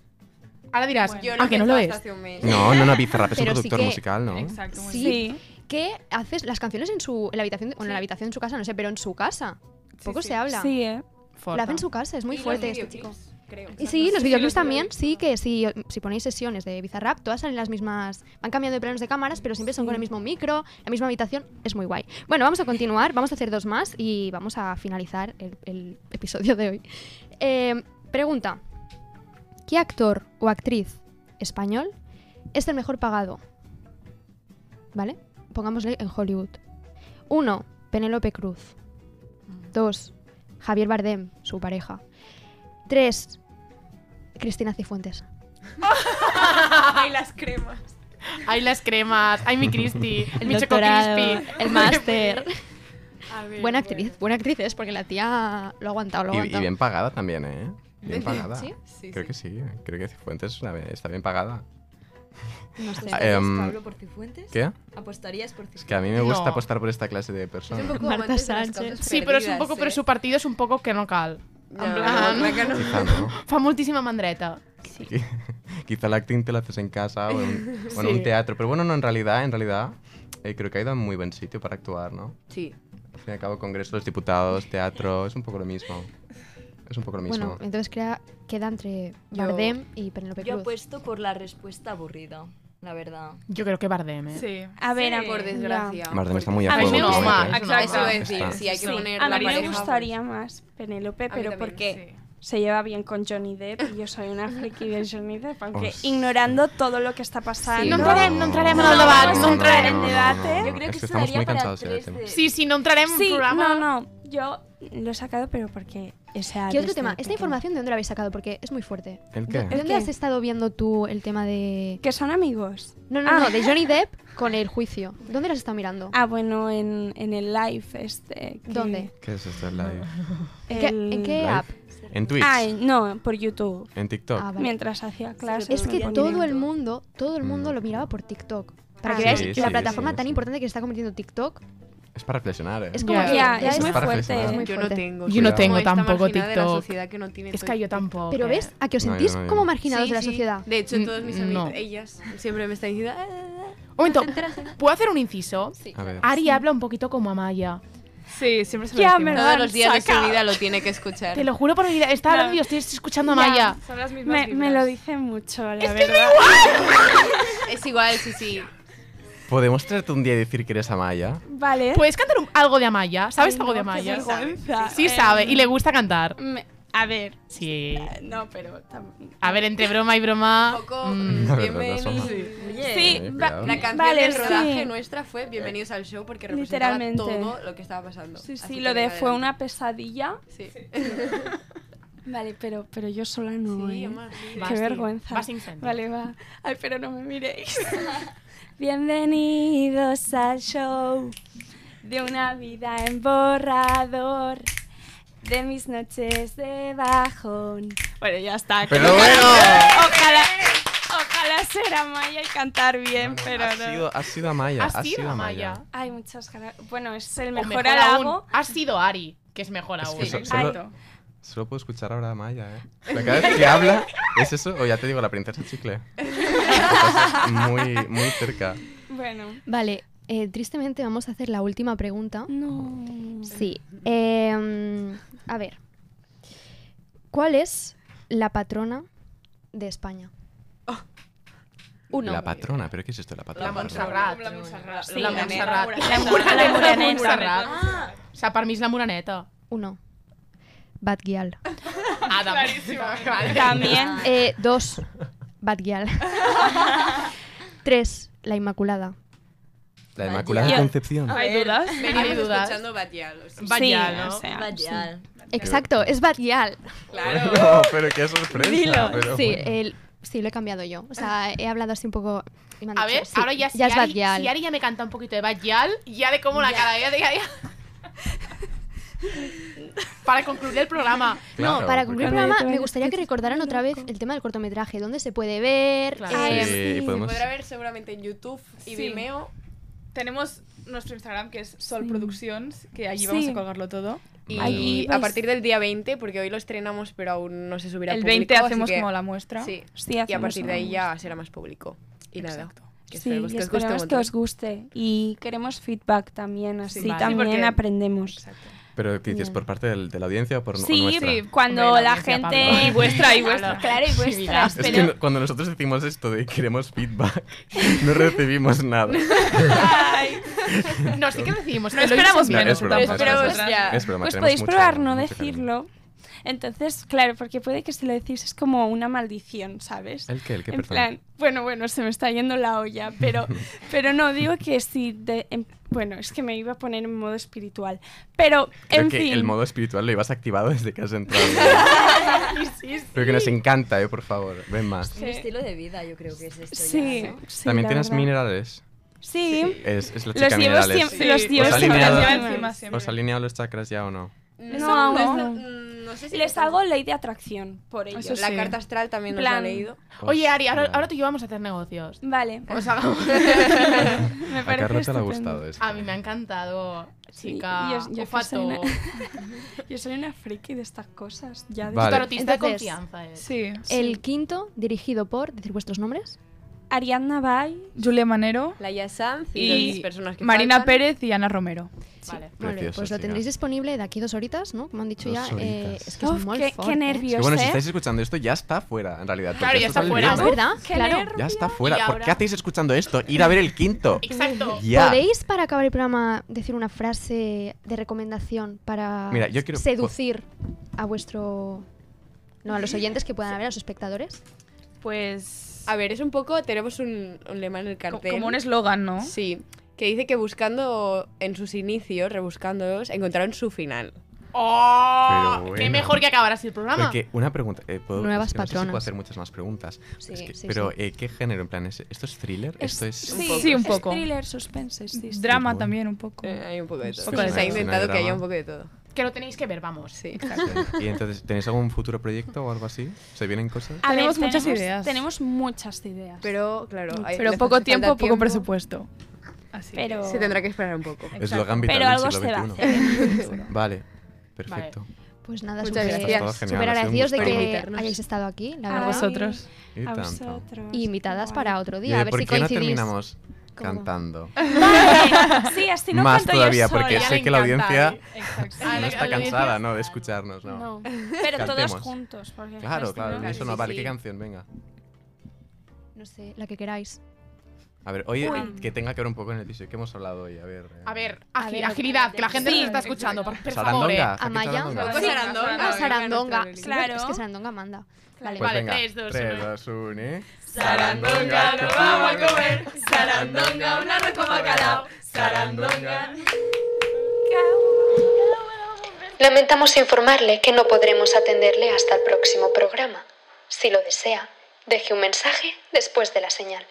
Speaker 5: Ahora dirás,
Speaker 11: Yo
Speaker 5: ah, que no lo
Speaker 11: empezaba
Speaker 5: es.
Speaker 11: hasta hace un mes.
Speaker 1: No, no, no, Bizarrap es un
Speaker 7: Pero sí
Speaker 1: productor
Speaker 7: que-
Speaker 1: musical, ¿no?
Speaker 10: Exacto, muy
Speaker 7: Sí,
Speaker 10: bien.
Speaker 7: que haces las canciones en su en la habitación, de- bueno, en la habitación de su casa, no sé, pero en su casa. Poco
Speaker 11: sí.
Speaker 7: se habla.
Speaker 4: Sí, ¿eh?
Speaker 7: Lo hace en su casa, es muy
Speaker 11: Y los
Speaker 7: fuerte este chico.
Speaker 11: videoclips, Creo.
Speaker 7: Y sí, los videoclips
Speaker 11: los
Speaker 7: también, sí, que si, si ponéis sesiones de Bizarrap, todas salen las mismas, van cambiando de planos de cámaras, pero siempre son con el mismo micro, la misma habitación, es muy guay. Bueno, vamos a continuar, vamos a hacer dos más y vamos a finalizar el, el episodio de hoy. Eh, pregunta, ¿qué actor o actriz español es el mejor pagado? ¿Vale? Pongámosle en Hollywood. 1. Penélope Cruz.
Speaker 11: Mm.
Speaker 7: 2. Javier Bardem, su pareja. 3. Cristina Cifuentes.
Speaker 10: Ay, las cremas.
Speaker 5: Ay, las cremas. Ay, mi Cristi.
Speaker 7: El
Speaker 5: mi Choco
Speaker 7: doctorado,
Speaker 5: Crispy.
Speaker 7: el máster.
Speaker 5: A ver,
Speaker 7: buena actriz, buena actriz es porque la tía lo ha aguantado, lo ha
Speaker 1: Y, y
Speaker 7: aguantado.
Speaker 1: bien pagada también, ¿eh? Bien pagada.
Speaker 7: ¿Sí?
Speaker 1: creo que sí. ¿eh? Creo que Cifuentes es una- está bien pagada.
Speaker 6: No sé.
Speaker 1: Ah, em,
Speaker 6: Pablo por Cifuentes?
Speaker 1: ¿Qué?
Speaker 6: ¿Apostarías por Cifuentes?
Speaker 1: Es que a mí me gusta
Speaker 5: No.
Speaker 1: apostar por esta clase de personas.
Speaker 6: Marta Sánchez.
Speaker 5: Sí, pero es un
Speaker 11: eh.
Speaker 5: poco, pero su partido es un poco que no cal. en plan,
Speaker 1: Quizá no.
Speaker 5: fa moltíssima mandreta. Sí.
Speaker 1: Quizá el acting te lo haces en casa o en, o en
Speaker 5: Sí.
Speaker 1: un teatro. Pero bueno, no, en realidad, en realidad, eh, creo que ha ido a muy buen sitio para actuar, ¿no?
Speaker 11: Sí.
Speaker 1: Al fin y al cabo, Congreso de los Diputados, teatro, es un poco lo mismo. Es un poco lo mismo.
Speaker 7: Bueno, entonces crea- queda entre Bardem y Penélope
Speaker 6: Yo pues,
Speaker 7: Cruz.
Speaker 6: apuesto por la respuesta aburrida, la verdad.
Speaker 5: Yo creo que Bardem, ¿eh?
Speaker 10: Sí.
Speaker 6: A ver, a-
Speaker 11: por
Speaker 6: ya.
Speaker 11: desgracia.
Speaker 1: Bardem está muy a
Speaker 5: A mí
Speaker 1: fuego.
Speaker 5: me gusta,
Speaker 1: últimamente.
Speaker 5: exacto.
Speaker 11: Eso iba a decir,
Speaker 1: Está.
Speaker 11: sí, hay que
Speaker 4: Sí.
Speaker 11: poner
Speaker 4: a
Speaker 11: la
Speaker 4: mí
Speaker 11: pareja.
Speaker 4: me gustaría más Penélope,
Speaker 11: mí
Speaker 4: pero
Speaker 11: también,
Speaker 4: porque se lleva bien con Johnny Depp y yo soy una friki de Johnny Depp, aunque
Speaker 1: Os-
Speaker 4: ignorando todo lo que está pasando.
Speaker 5: No entrarem, no entrarem en el debat, no entrarem.
Speaker 4: en
Speaker 11: ¿Eh?
Speaker 4: debate.
Speaker 1: Yo creo que, estamos muy cansados ¿eh? ya del tema.
Speaker 5: Sí, sí, no entrarem en
Speaker 4: Sí,
Speaker 5: programa.
Speaker 4: no, no, yo lo he sacado, pero porque esa...
Speaker 7: ¿Qué otro tema? Esta información de dónde la habéis sacado porque es muy fuerte.
Speaker 1: ¿El
Speaker 7: ¿De
Speaker 1: qué?
Speaker 7: dónde has estado viendo tú el tema de
Speaker 4: Que son amigos.
Speaker 7: No, no,
Speaker 4: Ah.
Speaker 7: no, de Johnny Depp con el juicio? ¿Dónde lo has estado mirando?
Speaker 4: Ah, bueno, en, en el live este... que-
Speaker 7: ¿Dónde?
Speaker 1: ¿Qué es esto el live?
Speaker 7: ¿Qué-
Speaker 4: el-
Speaker 7: en qué
Speaker 1: Live.
Speaker 7: app?
Speaker 1: En Twitch.
Speaker 4: Ah, en- no, por YouTube.
Speaker 1: En TikTok.
Speaker 7: Ah, vale.
Speaker 4: Mientras hacía clases.
Speaker 7: Es
Speaker 4: me
Speaker 7: que
Speaker 4: ponía.
Speaker 7: todo el mundo, todo el mundo lo miraba por TikTok. Para que
Speaker 4: Ah.
Speaker 7: veáis
Speaker 1: Mm. Sí,
Speaker 7: la
Speaker 1: sí,
Speaker 7: plataforma
Speaker 1: sí,
Speaker 7: tan
Speaker 1: sí.
Speaker 7: importante que se está convirtiendo TikTok.
Speaker 1: Es para reflexionar, ¿eh?
Speaker 7: Es como
Speaker 5: Ya, ya,
Speaker 7: que ya
Speaker 5: es
Speaker 7: es
Speaker 5: muy
Speaker 7: muy
Speaker 1: fuerte.
Speaker 7: fuerte.
Speaker 1: Es muy
Speaker 11: Yo no tengo.
Speaker 5: Yo no
Speaker 11: cuidado.
Speaker 5: tengo
Speaker 11: Como esta
Speaker 5: tampoco
Speaker 11: marginada De la
Speaker 5: TikTok.
Speaker 11: sociedad que no tiene
Speaker 5: Es que yo tampoco.
Speaker 7: Pero ves a que os
Speaker 1: No, yo
Speaker 7: sentís
Speaker 1: no, yo
Speaker 7: como
Speaker 1: no.
Speaker 7: marginados
Speaker 11: Sí,
Speaker 7: de la
Speaker 11: sí.
Speaker 7: sociedad.
Speaker 11: De hecho,
Speaker 5: Mm,
Speaker 11: todos mis
Speaker 5: no.
Speaker 11: amigos, ellas siempre me están diciendo. "Ah,
Speaker 5: Un momento, ¿puedo hacer un inciso?
Speaker 1: A ver.
Speaker 7: Ah.
Speaker 5: Ari habla un poquito como Amaya.
Speaker 10: Sí, siempre se lo
Speaker 4: Ya
Speaker 10: decimos.
Speaker 4: me lo
Speaker 11: Todos
Speaker 4: han
Speaker 11: los días de su
Speaker 4: sacado.
Speaker 11: vida lo tiene que escuchar.
Speaker 5: Te lo juro por mi vida. Estaba hablando y yo estoy escuchando a Amaya.
Speaker 4: Ya.
Speaker 10: Son las mismas
Speaker 4: Me, me
Speaker 10: vibras.
Speaker 4: lo dice mucho, la verdad.
Speaker 11: Es igual, sí, sí.
Speaker 1: ¿Podemos traerte un día y decir que eres Amaya?
Speaker 4: Vale.
Speaker 7: Pues,
Speaker 5: ¿Puedes cantar un- algo de Amaya? ¿Sabes
Speaker 4: Ay,
Speaker 5: algo de
Speaker 4: no, qué
Speaker 5: Amaya?
Speaker 4: vergüenza.
Speaker 5: Sí
Speaker 4: Eh,
Speaker 5: sabe, y le gusta cantar.
Speaker 4: me- a ver.
Speaker 5: Sí.
Speaker 4: eh, No, pero. tam-
Speaker 5: A ver, entre broma y broma...
Speaker 11: Un poco.
Speaker 5: mm,
Speaker 11: mm,
Speaker 1: La verdad,
Speaker 11: bienvenido.
Speaker 1: somos-
Speaker 4: Sí,
Speaker 1: Eh,
Speaker 4: va-
Speaker 1: cuidado.
Speaker 11: La canción
Speaker 4: Vale,
Speaker 11: del rodaje
Speaker 4: sí.
Speaker 11: nuestra fue Bienvenidos al show porque representaba
Speaker 4: Literalmente.
Speaker 11: todo lo que estaba pasando.
Speaker 4: Sí,
Speaker 11: Así
Speaker 4: sí,
Speaker 11: que
Speaker 4: lo de
Speaker 11: venga,
Speaker 4: fue
Speaker 11: adelante.
Speaker 4: una pesadilla.
Speaker 11: Sí.
Speaker 4: Vale, pero, pero yo sola no.
Speaker 11: Sí,
Speaker 4: eh.
Speaker 11: Omar, sí.
Speaker 5: Vas,
Speaker 4: Qué
Speaker 5: sí.
Speaker 4: vergüenza.
Speaker 5: Vas sin sentido.
Speaker 4: Vale, va. Ay, pero no me miréis. Bienvenidos al show de una vida en borrador. De mis noches de bajón. Bueno, ya está. que
Speaker 1: Pero
Speaker 4: no-
Speaker 1: bueno.
Speaker 4: Ojalá, ojalá ser Amaya y cantar bien, pero
Speaker 1: ha,
Speaker 4: no.
Speaker 1: sido, ha sido Amaya.
Speaker 5: Ha
Speaker 1: Ha
Speaker 5: sido
Speaker 1: sido Amaya.
Speaker 5: Amaya.
Speaker 4: Ay, muchas gracias. Bueno, es el
Speaker 5: o
Speaker 4: mejor,
Speaker 5: mejor
Speaker 4: halago.
Speaker 5: aún, Ha sido Ari, que es mejor
Speaker 1: Es
Speaker 5: aún.
Speaker 1: que so-
Speaker 4: Ay,
Speaker 1: solo,
Speaker 10: Exacto.
Speaker 1: solo puedo escuchar ahora a Amaya, ¿eh? La cada vez que habla, ¿es eso? O ya te digo, la princesa chicle. Estás muy, muy cerca.
Speaker 4: Bueno.
Speaker 7: Vale, eh, tristemente vamos a hacer la última pregunta.
Speaker 4: Mm. No.
Speaker 7: Sí. em, a ver. ¿Cuál es la patrona de España?
Speaker 11: Uno.
Speaker 1: La patrona, ¿pero qué es esto de la patrona?
Speaker 5: La Montserrat.
Speaker 10: La Montserrat.
Speaker 5: Sí, La
Speaker 10: La
Speaker 5: Montserrat.
Speaker 10: Montserrat.
Speaker 5: La Montserrat. La
Speaker 4: Montserrat.
Speaker 5: Montserrat.
Speaker 6: Ah,
Speaker 5: O sea, per mi és la Moreneta.
Speaker 7: Uno. Batguial.
Speaker 5: Adam.
Speaker 4: También.
Speaker 7: Eh, dos. Batguial. Tres. La Inmaculada.
Speaker 1: La Inmaculada
Speaker 4: Yo-
Speaker 1: Concepción.
Speaker 10: ¿Hay dudas?
Speaker 11: Venimos
Speaker 5: dudas.
Speaker 11: escuchando Batial. o sea,
Speaker 5: Vaya,
Speaker 4: Sí,
Speaker 5: ¿no?
Speaker 4: o sea,
Speaker 6: Vaya.
Speaker 7: Exacto, es Batguial.
Speaker 11: Claro.
Speaker 1: No, pero qué sorpresa. Ah, pero
Speaker 7: Sí, eh,
Speaker 1: bueno.
Speaker 7: el- sí, lo he cambiado yo. O sea, he hablado así un poco. y me han
Speaker 5: A
Speaker 7: dicho,
Speaker 5: ver,
Speaker 7: sí,
Speaker 5: ahora ya, si,
Speaker 7: ya es
Speaker 5: Ari,
Speaker 7: Batguial.
Speaker 5: si Ari ya me canta un poquito de Batial, ya le como la cara. Ya, ya, ya. Para concluir el programa.
Speaker 1: Claro,
Speaker 7: Para
Speaker 1: porque-
Speaker 7: concluir el programa,
Speaker 4: Porque-
Speaker 7: me gustaría que recordaran otra vez el tema del cortometraje. ¿Dónde se puede ver?
Speaker 5: Claro.
Speaker 1: Sí,
Speaker 7: Eh,
Speaker 1: y podemos...
Speaker 11: Podrá ver seguramente en YouTube y
Speaker 10: Sí.
Speaker 11: Vimeo.
Speaker 10: Tenemos nuestro Instagram que es Sol Productions, que allí vamos
Speaker 4: Sí.
Speaker 10: a colgarlo todo.
Speaker 11: Y
Speaker 4: Allí
Speaker 11: a
Speaker 5: pues
Speaker 4: vais-
Speaker 11: partir del día 20, porque hoy lo estrenamos, pero aún no se subirá
Speaker 10: El
Speaker 11: público.
Speaker 10: 20
Speaker 11: así
Speaker 10: hacemos
Speaker 11: que-
Speaker 10: como la muestra.
Speaker 11: Sí.
Speaker 4: Sí,
Speaker 11: Y a
Speaker 4: hacemos
Speaker 11: partir de ahí
Speaker 4: una
Speaker 11: ya será más público. Y nada.
Speaker 10: Exacto.
Speaker 11: Que
Speaker 4: Sí,
Speaker 11: esperemos
Speaker 4: y
Speaker 11: que os guste
Speaker 4: esperamos
Speaker 11: un
Speaker 4: que os
Speaker 11: montón.
Speaker 4: guste. Y queremos feedback también, así
Speaker 5: vale.
Speaker 4: también
Speaker 10: Sí, porque-
Speaker 4: aprendemos.
Speaker 10: Exacto.
Speaker 1: Pero ¿qué dices? ¿Por parte del- de la audiencia o por o
Speaker 4: Sí,
Speaker 1: nuestra?
Speaker 4: cuando
Speaker 5: Hombre, la
Speaker 4: la
Speaker 5: audiencia,
Speaker 4: gente...
Speaker 5: Pablo. Y vuestra, y vuestra.
Speaker 4: Claro, y
Speaker 5: Sí,
Speaker 4: vuestra.
Speaker 5: mira.
Speaker 1: Es que
Speaker 4: espero-
Speaker 1: no- cuando nosotros decimos esto de queremos feedback, no recibimos nada.
Speaker 4: Ay,
Speaker 5: No, sí que recibimos.
Speaker 10: No esperamos
Speaker 1: No,
Speaker 10: menos.
Speaker 1: es broma,
Speaker 10: tampoco.
Speaker 1: es broma.
Speaker 10: Esperamos ya.
Speaker 1: Es broma,
Speaker 4: Pues
Speaker 1: tenemos
Speaker 4: podéis
Speaker 1: mucho-
Speaker 4: probar no
Speaker 1: mucho cariño.
Speaker 4: decirlo. Entonces, claro, porque puede que si lo decís es como una maldición, ¿sabes?
Speaker 1: ¿El qué? ¿El qué?
Speaker 4: en
Speaker 1: Perdón.
Speaker 4: plan, bueno, bueno, se me está yendo la olla, pero, pero no, digo que si... de- en- bueno, es que me iba a poner en modo espiritual, pero
Speaker 1: Creo
Speaker 4: en
Speaker 1: que
Speaker 4: fin...
Speaker 1: el modo espiritual lo ibas activado desde que has entrado.
Speaker 5: Y sí, sí.
Speaker 1: Pero que nos encanta, eh, por favor. Ven más.
Speaker 6: Un estilo de vida, yo creo que es esto.
Speaker 4: Sí,
Speaker 6: ya, ¿no?
Speaker 4: sí,
Speaker 1: También
Speaker 4: la
Speaker 1: tienes
Speaker 4: verdad.
Speaker 1: minerales.
Speaker 4: Sí.
Speaker 1: Es, es la
Speaker 4: Los
Speaker 1: chica
Speaker 4: llevo
Speaker 1: minerales.
Speaker 4: siempre- Sí. los
Speaker 1: ¿Os
Speaker 4: llevo
Speaker 1: ha
Speaker 4: siempre
Speaker 1: alineado-
Speaker 4: encima, encima, siempre.
Speaker 1: ¿Os ha alineado los chakras ya o no?
Speaker 4: No, aún
Speaker 11: no,
Speaker 4: no. Les hago ley de atracción por ello.
Speaker 11: Eso La sí. carta astral también nos la ha leído.
Speaker 1: Pues
Speaker 5: Oye, Ari, ahora, ahora tú y yo vamos a hacer negocios.
Speaker 4: Vale.
Speaker 5: Os hagamos.
Speaker 1: A Carlota le ha gustado esto.
Speaker 5: A mí me ha encantado, chica.
Speaker 4: yo, yo, que soy
Speaker 5: Olfato.
Speaker 4: una, yo soy una friki de estas cosas. Ya de
Speaker 1: Vale.
Speaker 5: Tarotista de confianza eres.
Speaker 4: Sí.
Speaker 7: El quinto, dirigido por, decir vuestros nombres.
Speaker 4: Ariadna Bay.
Speaker 10: Julia Manero.
Speaker 11: Laia Sanz
Speaker 10: Y Marina Pérez y Ana Romero.
Speaker 11: Vale.
Speaker 7: Vale,
Speaker 1: Precioso,
Speaker 7: pues lo
Speaker 1: chica.
Speaker 7: tendréis disponible de aquí dos horitas, ¿no? Como han dicho
Speaker 1: Dos
Speaker 7: ya. eh,
Speaker 1: horitas.
Speaker 7: es que es
Speaker 4: Uf,
Speaker 7: muy
Speaker 4: Oh, qué- qué
Speaker 7: fuerte. ¿eh?
Speaker 4: nervios. ¿eh?
Speaker 1: Es que, bueno,
Speaker 4: sé.
Speaker 1: si estáis escuchando esto, ya está fuera, en realidad.
Speaker 5: Claro,
Speaker 1: porque
Speaker 5: ya
Speaker 1: esto
Speaker 5: está
Speaker 1: sale el
Speaker 5: fuera.
Speaker 1: viernes.
Speaker 7: ¿Verdad? Claro.
Speaker 1: Ya está
Speaker 5: Y
Speaker 1: fuera. ¿Por
Speaker 5: ahora-
Speaker 1: qué hacéis escuchando esto? Ir a ver el quinto.
Speaker 5: Exacto.
Speaker 1: Ya.
Speaker 7: ¿Podéis, para acabar el programa, decir una frase de recomendación para
Speaker 1: Mira, yo quiero-
Speaker 7: seducir a vuestro. No, a los oyentes que puedan haber, a los espectadores?
Speaker 10: Pues.
Speaker 11: A ver, es un poco. Tenemos un, un lema en el cartel.
Speaker 10: como un eslogan, ¿no?
Speaker 11: Sí. Que dice que buscando en sus inicios, rebuscándolos, encontraron su final.
Speaker 5: ¡Oh!
Speaker 1: Pero
Speaker 5: ¡Qué
Speaker 1: bueno.
Speaker 5: mejor que acabar así el programa!
Speaker 1: Porque una pregunta. eh, ¿puedo,
Speaker 7: Nuevas
Speaker 1: es que no sé si puedo
Speaker 7: patronas.
Speaker 1: hacer muchas más preguntas.
Speaker 7: Sí,
Speaker 1: Es que-
Speaker 7: sí,
Speaker 1: pero,
Speaker 7: sí.
Speaker 1: eh, ¿qué género? En plan, ¿es- ¿esto es thriller? ¿Esto es.?
Speaker 4: Sí,
Speaker 10: Sí, un poco.
Speaker 4: Es thriller, suspense, sí, sí.
Speaker 10: Drama también, un poco.
Speaker 11: Eh, hay un poco de todo.
Speaker 10: poco de
Speaker 11: Se ha
Speaker 10: todo.
Speaker 11: intentado que
Speaker 1: Drama.
Speaker 11: haya un poco de todo.
Speaker 5: Que lo tenéis que ver, vamos.
Speaker 11: Sí.
Speaker 1: ¿Y entonces tenéis algún futuro proyecto o algo así? ¿Se vienen cosas?
Speaker 4: A ver,
Speaker 10: Tenemos muchas
Speaker 4: tenemos-
Speaker 10: ideas.
Speaker 4: Tenemos muchas ideas.
Speaker 11: Pero, claro. hay-
Speaker 10: Pero
Speaker 11: les
Speaker 10: poco
Speaker 11: hace
Speaker 10: tiempo,
Speaker 11: falta
Speaker 10: poco presupuesto. Así que-
Speaker 4: Pero-
Speaker 11: Se tendrá que esperar un poco.
Speaker 1: Eslogan vital
Speaker 4: Pero
Speaker 1: del
Speaker 4: algo
Speaker 1: siglo
Speaker 4: se va a
Speaker 1: XXI.
Speaker 4: hacer en el futuro.
Speaker 1: Vale, perfecto.
Speaker 7: Pues nada,
Speaker 11: Muchas
Speaker 7: súper-
Speaker 11: gracias.
Speaker 1: Todo genial,
Speaker 7: súper
Speaker 1: ha sido un
Speaker 7: agradecidos de
Speaker 1: gusto. Por
Speaker 7: que
Speaker 11: invitarnos.
Speaker 7: hayáis estado aquí, la
Speaker 4: Ay,
Speaker 7: verdad.
Speaker 10: vosotros.
Speaker 1: Y
Speaker 4: A
Speaker 1: tanto.
Speaker 4: vosotros.
Speaker 7: Y invitadas
Speaker 4: Guay.
Speaker 7: para otro
Speaker 1: Y
Speaker 7: día, a
Speaker 1: de
Speaker 7: ver
Speaker 1: ¿Por
Speaker 7: si
Speaker 1: qué no
Speaker 7: coincidís.
Speaker 1: terminamos
Speaker 7: ¿Cómo?
Speaker 1: cantando?
Speaker 4: Vale. Sí, así no
Speaker 1: Más
Speaker 4: canto yo
Speaker 1: todavía,
Speaker 4: sola.
Speaker 1: porque
Speaker 5: ya
Speaker 1: sé
Speaker 5: le
Speaker 1: que la
Speaker 5: encanta,
Speaker 1: audiencia
Speaker 5: ¿eh?
Speaker 10: Exacto.
Speaker 5: A
Speaker 1: no
Speaker 5: la- a
Speaker 1: está
Speaker 5: la audiencia-
Speaker 1: cansada, ¿no? De escucharnos, ¿no?
Speaker 4: No. Pero
Speaker 1: Cantemos.
Speaker 4: todos juntos. Porque
Speaker 1: Claro,
Speaker 4: es que
Speaker 1: claro,
Speaker 4: no-
Speaker 1: eso
Speaker 11: sí,
Speaker 1: no. Vale,
Speaker 11: sí.
Speaker 1: ¿qué canción? Venga.
Speaker 7: No sé, la que queráis.
Speaker 1: A ver, oye,
Speaker 4: Uy.
Speaker 1: que tenga que ver un poco en el episodio. ¿Qué hemos hablado hoy? A ver. eh,
Speaker 5: A ver,
Speaker 7: A
Speaker 5: agi-
Speaker 7: ver,
Speaker 5: agilidad, que la gente
Speaker 4: sí.
Speaker 5: nos está escuchando. Por, por favor, eh.
Speaker 1: Sarandonga. Jaquín
Speaker 7: Amaya.
Speaker 1: Sarandonga.
Speaker 11: Pues
Speaker 4: Sí.
Speaker 11: Sarandonga.
Speaker 7: Ah, Sarandonga.
Speaker 11: venga, nuestra
Speaker 4: Claro.
Speaker 7: Es que Sarandonga manda. Vale.
Speaker 1: Pues
Speaker 5: Vale,
Speaker 1: venga,
Speaker 5: tres, dos,
Speaker 1: 3,
Speaker 5: uno.
Speaker 1: 2, 1, ¿eh?
Speaker 5: Sarandonga,
Speaker 1: nos vamos a comer.
Speaker 5: Sarandonga, un arroz con bacalao.
Speaker 1: Sarandonga.
Speaker 8: Pues Lamentamos informarle que no podremos atenderle hasta el próximo programa. Si lo desea, deje un mensaje después de la señal.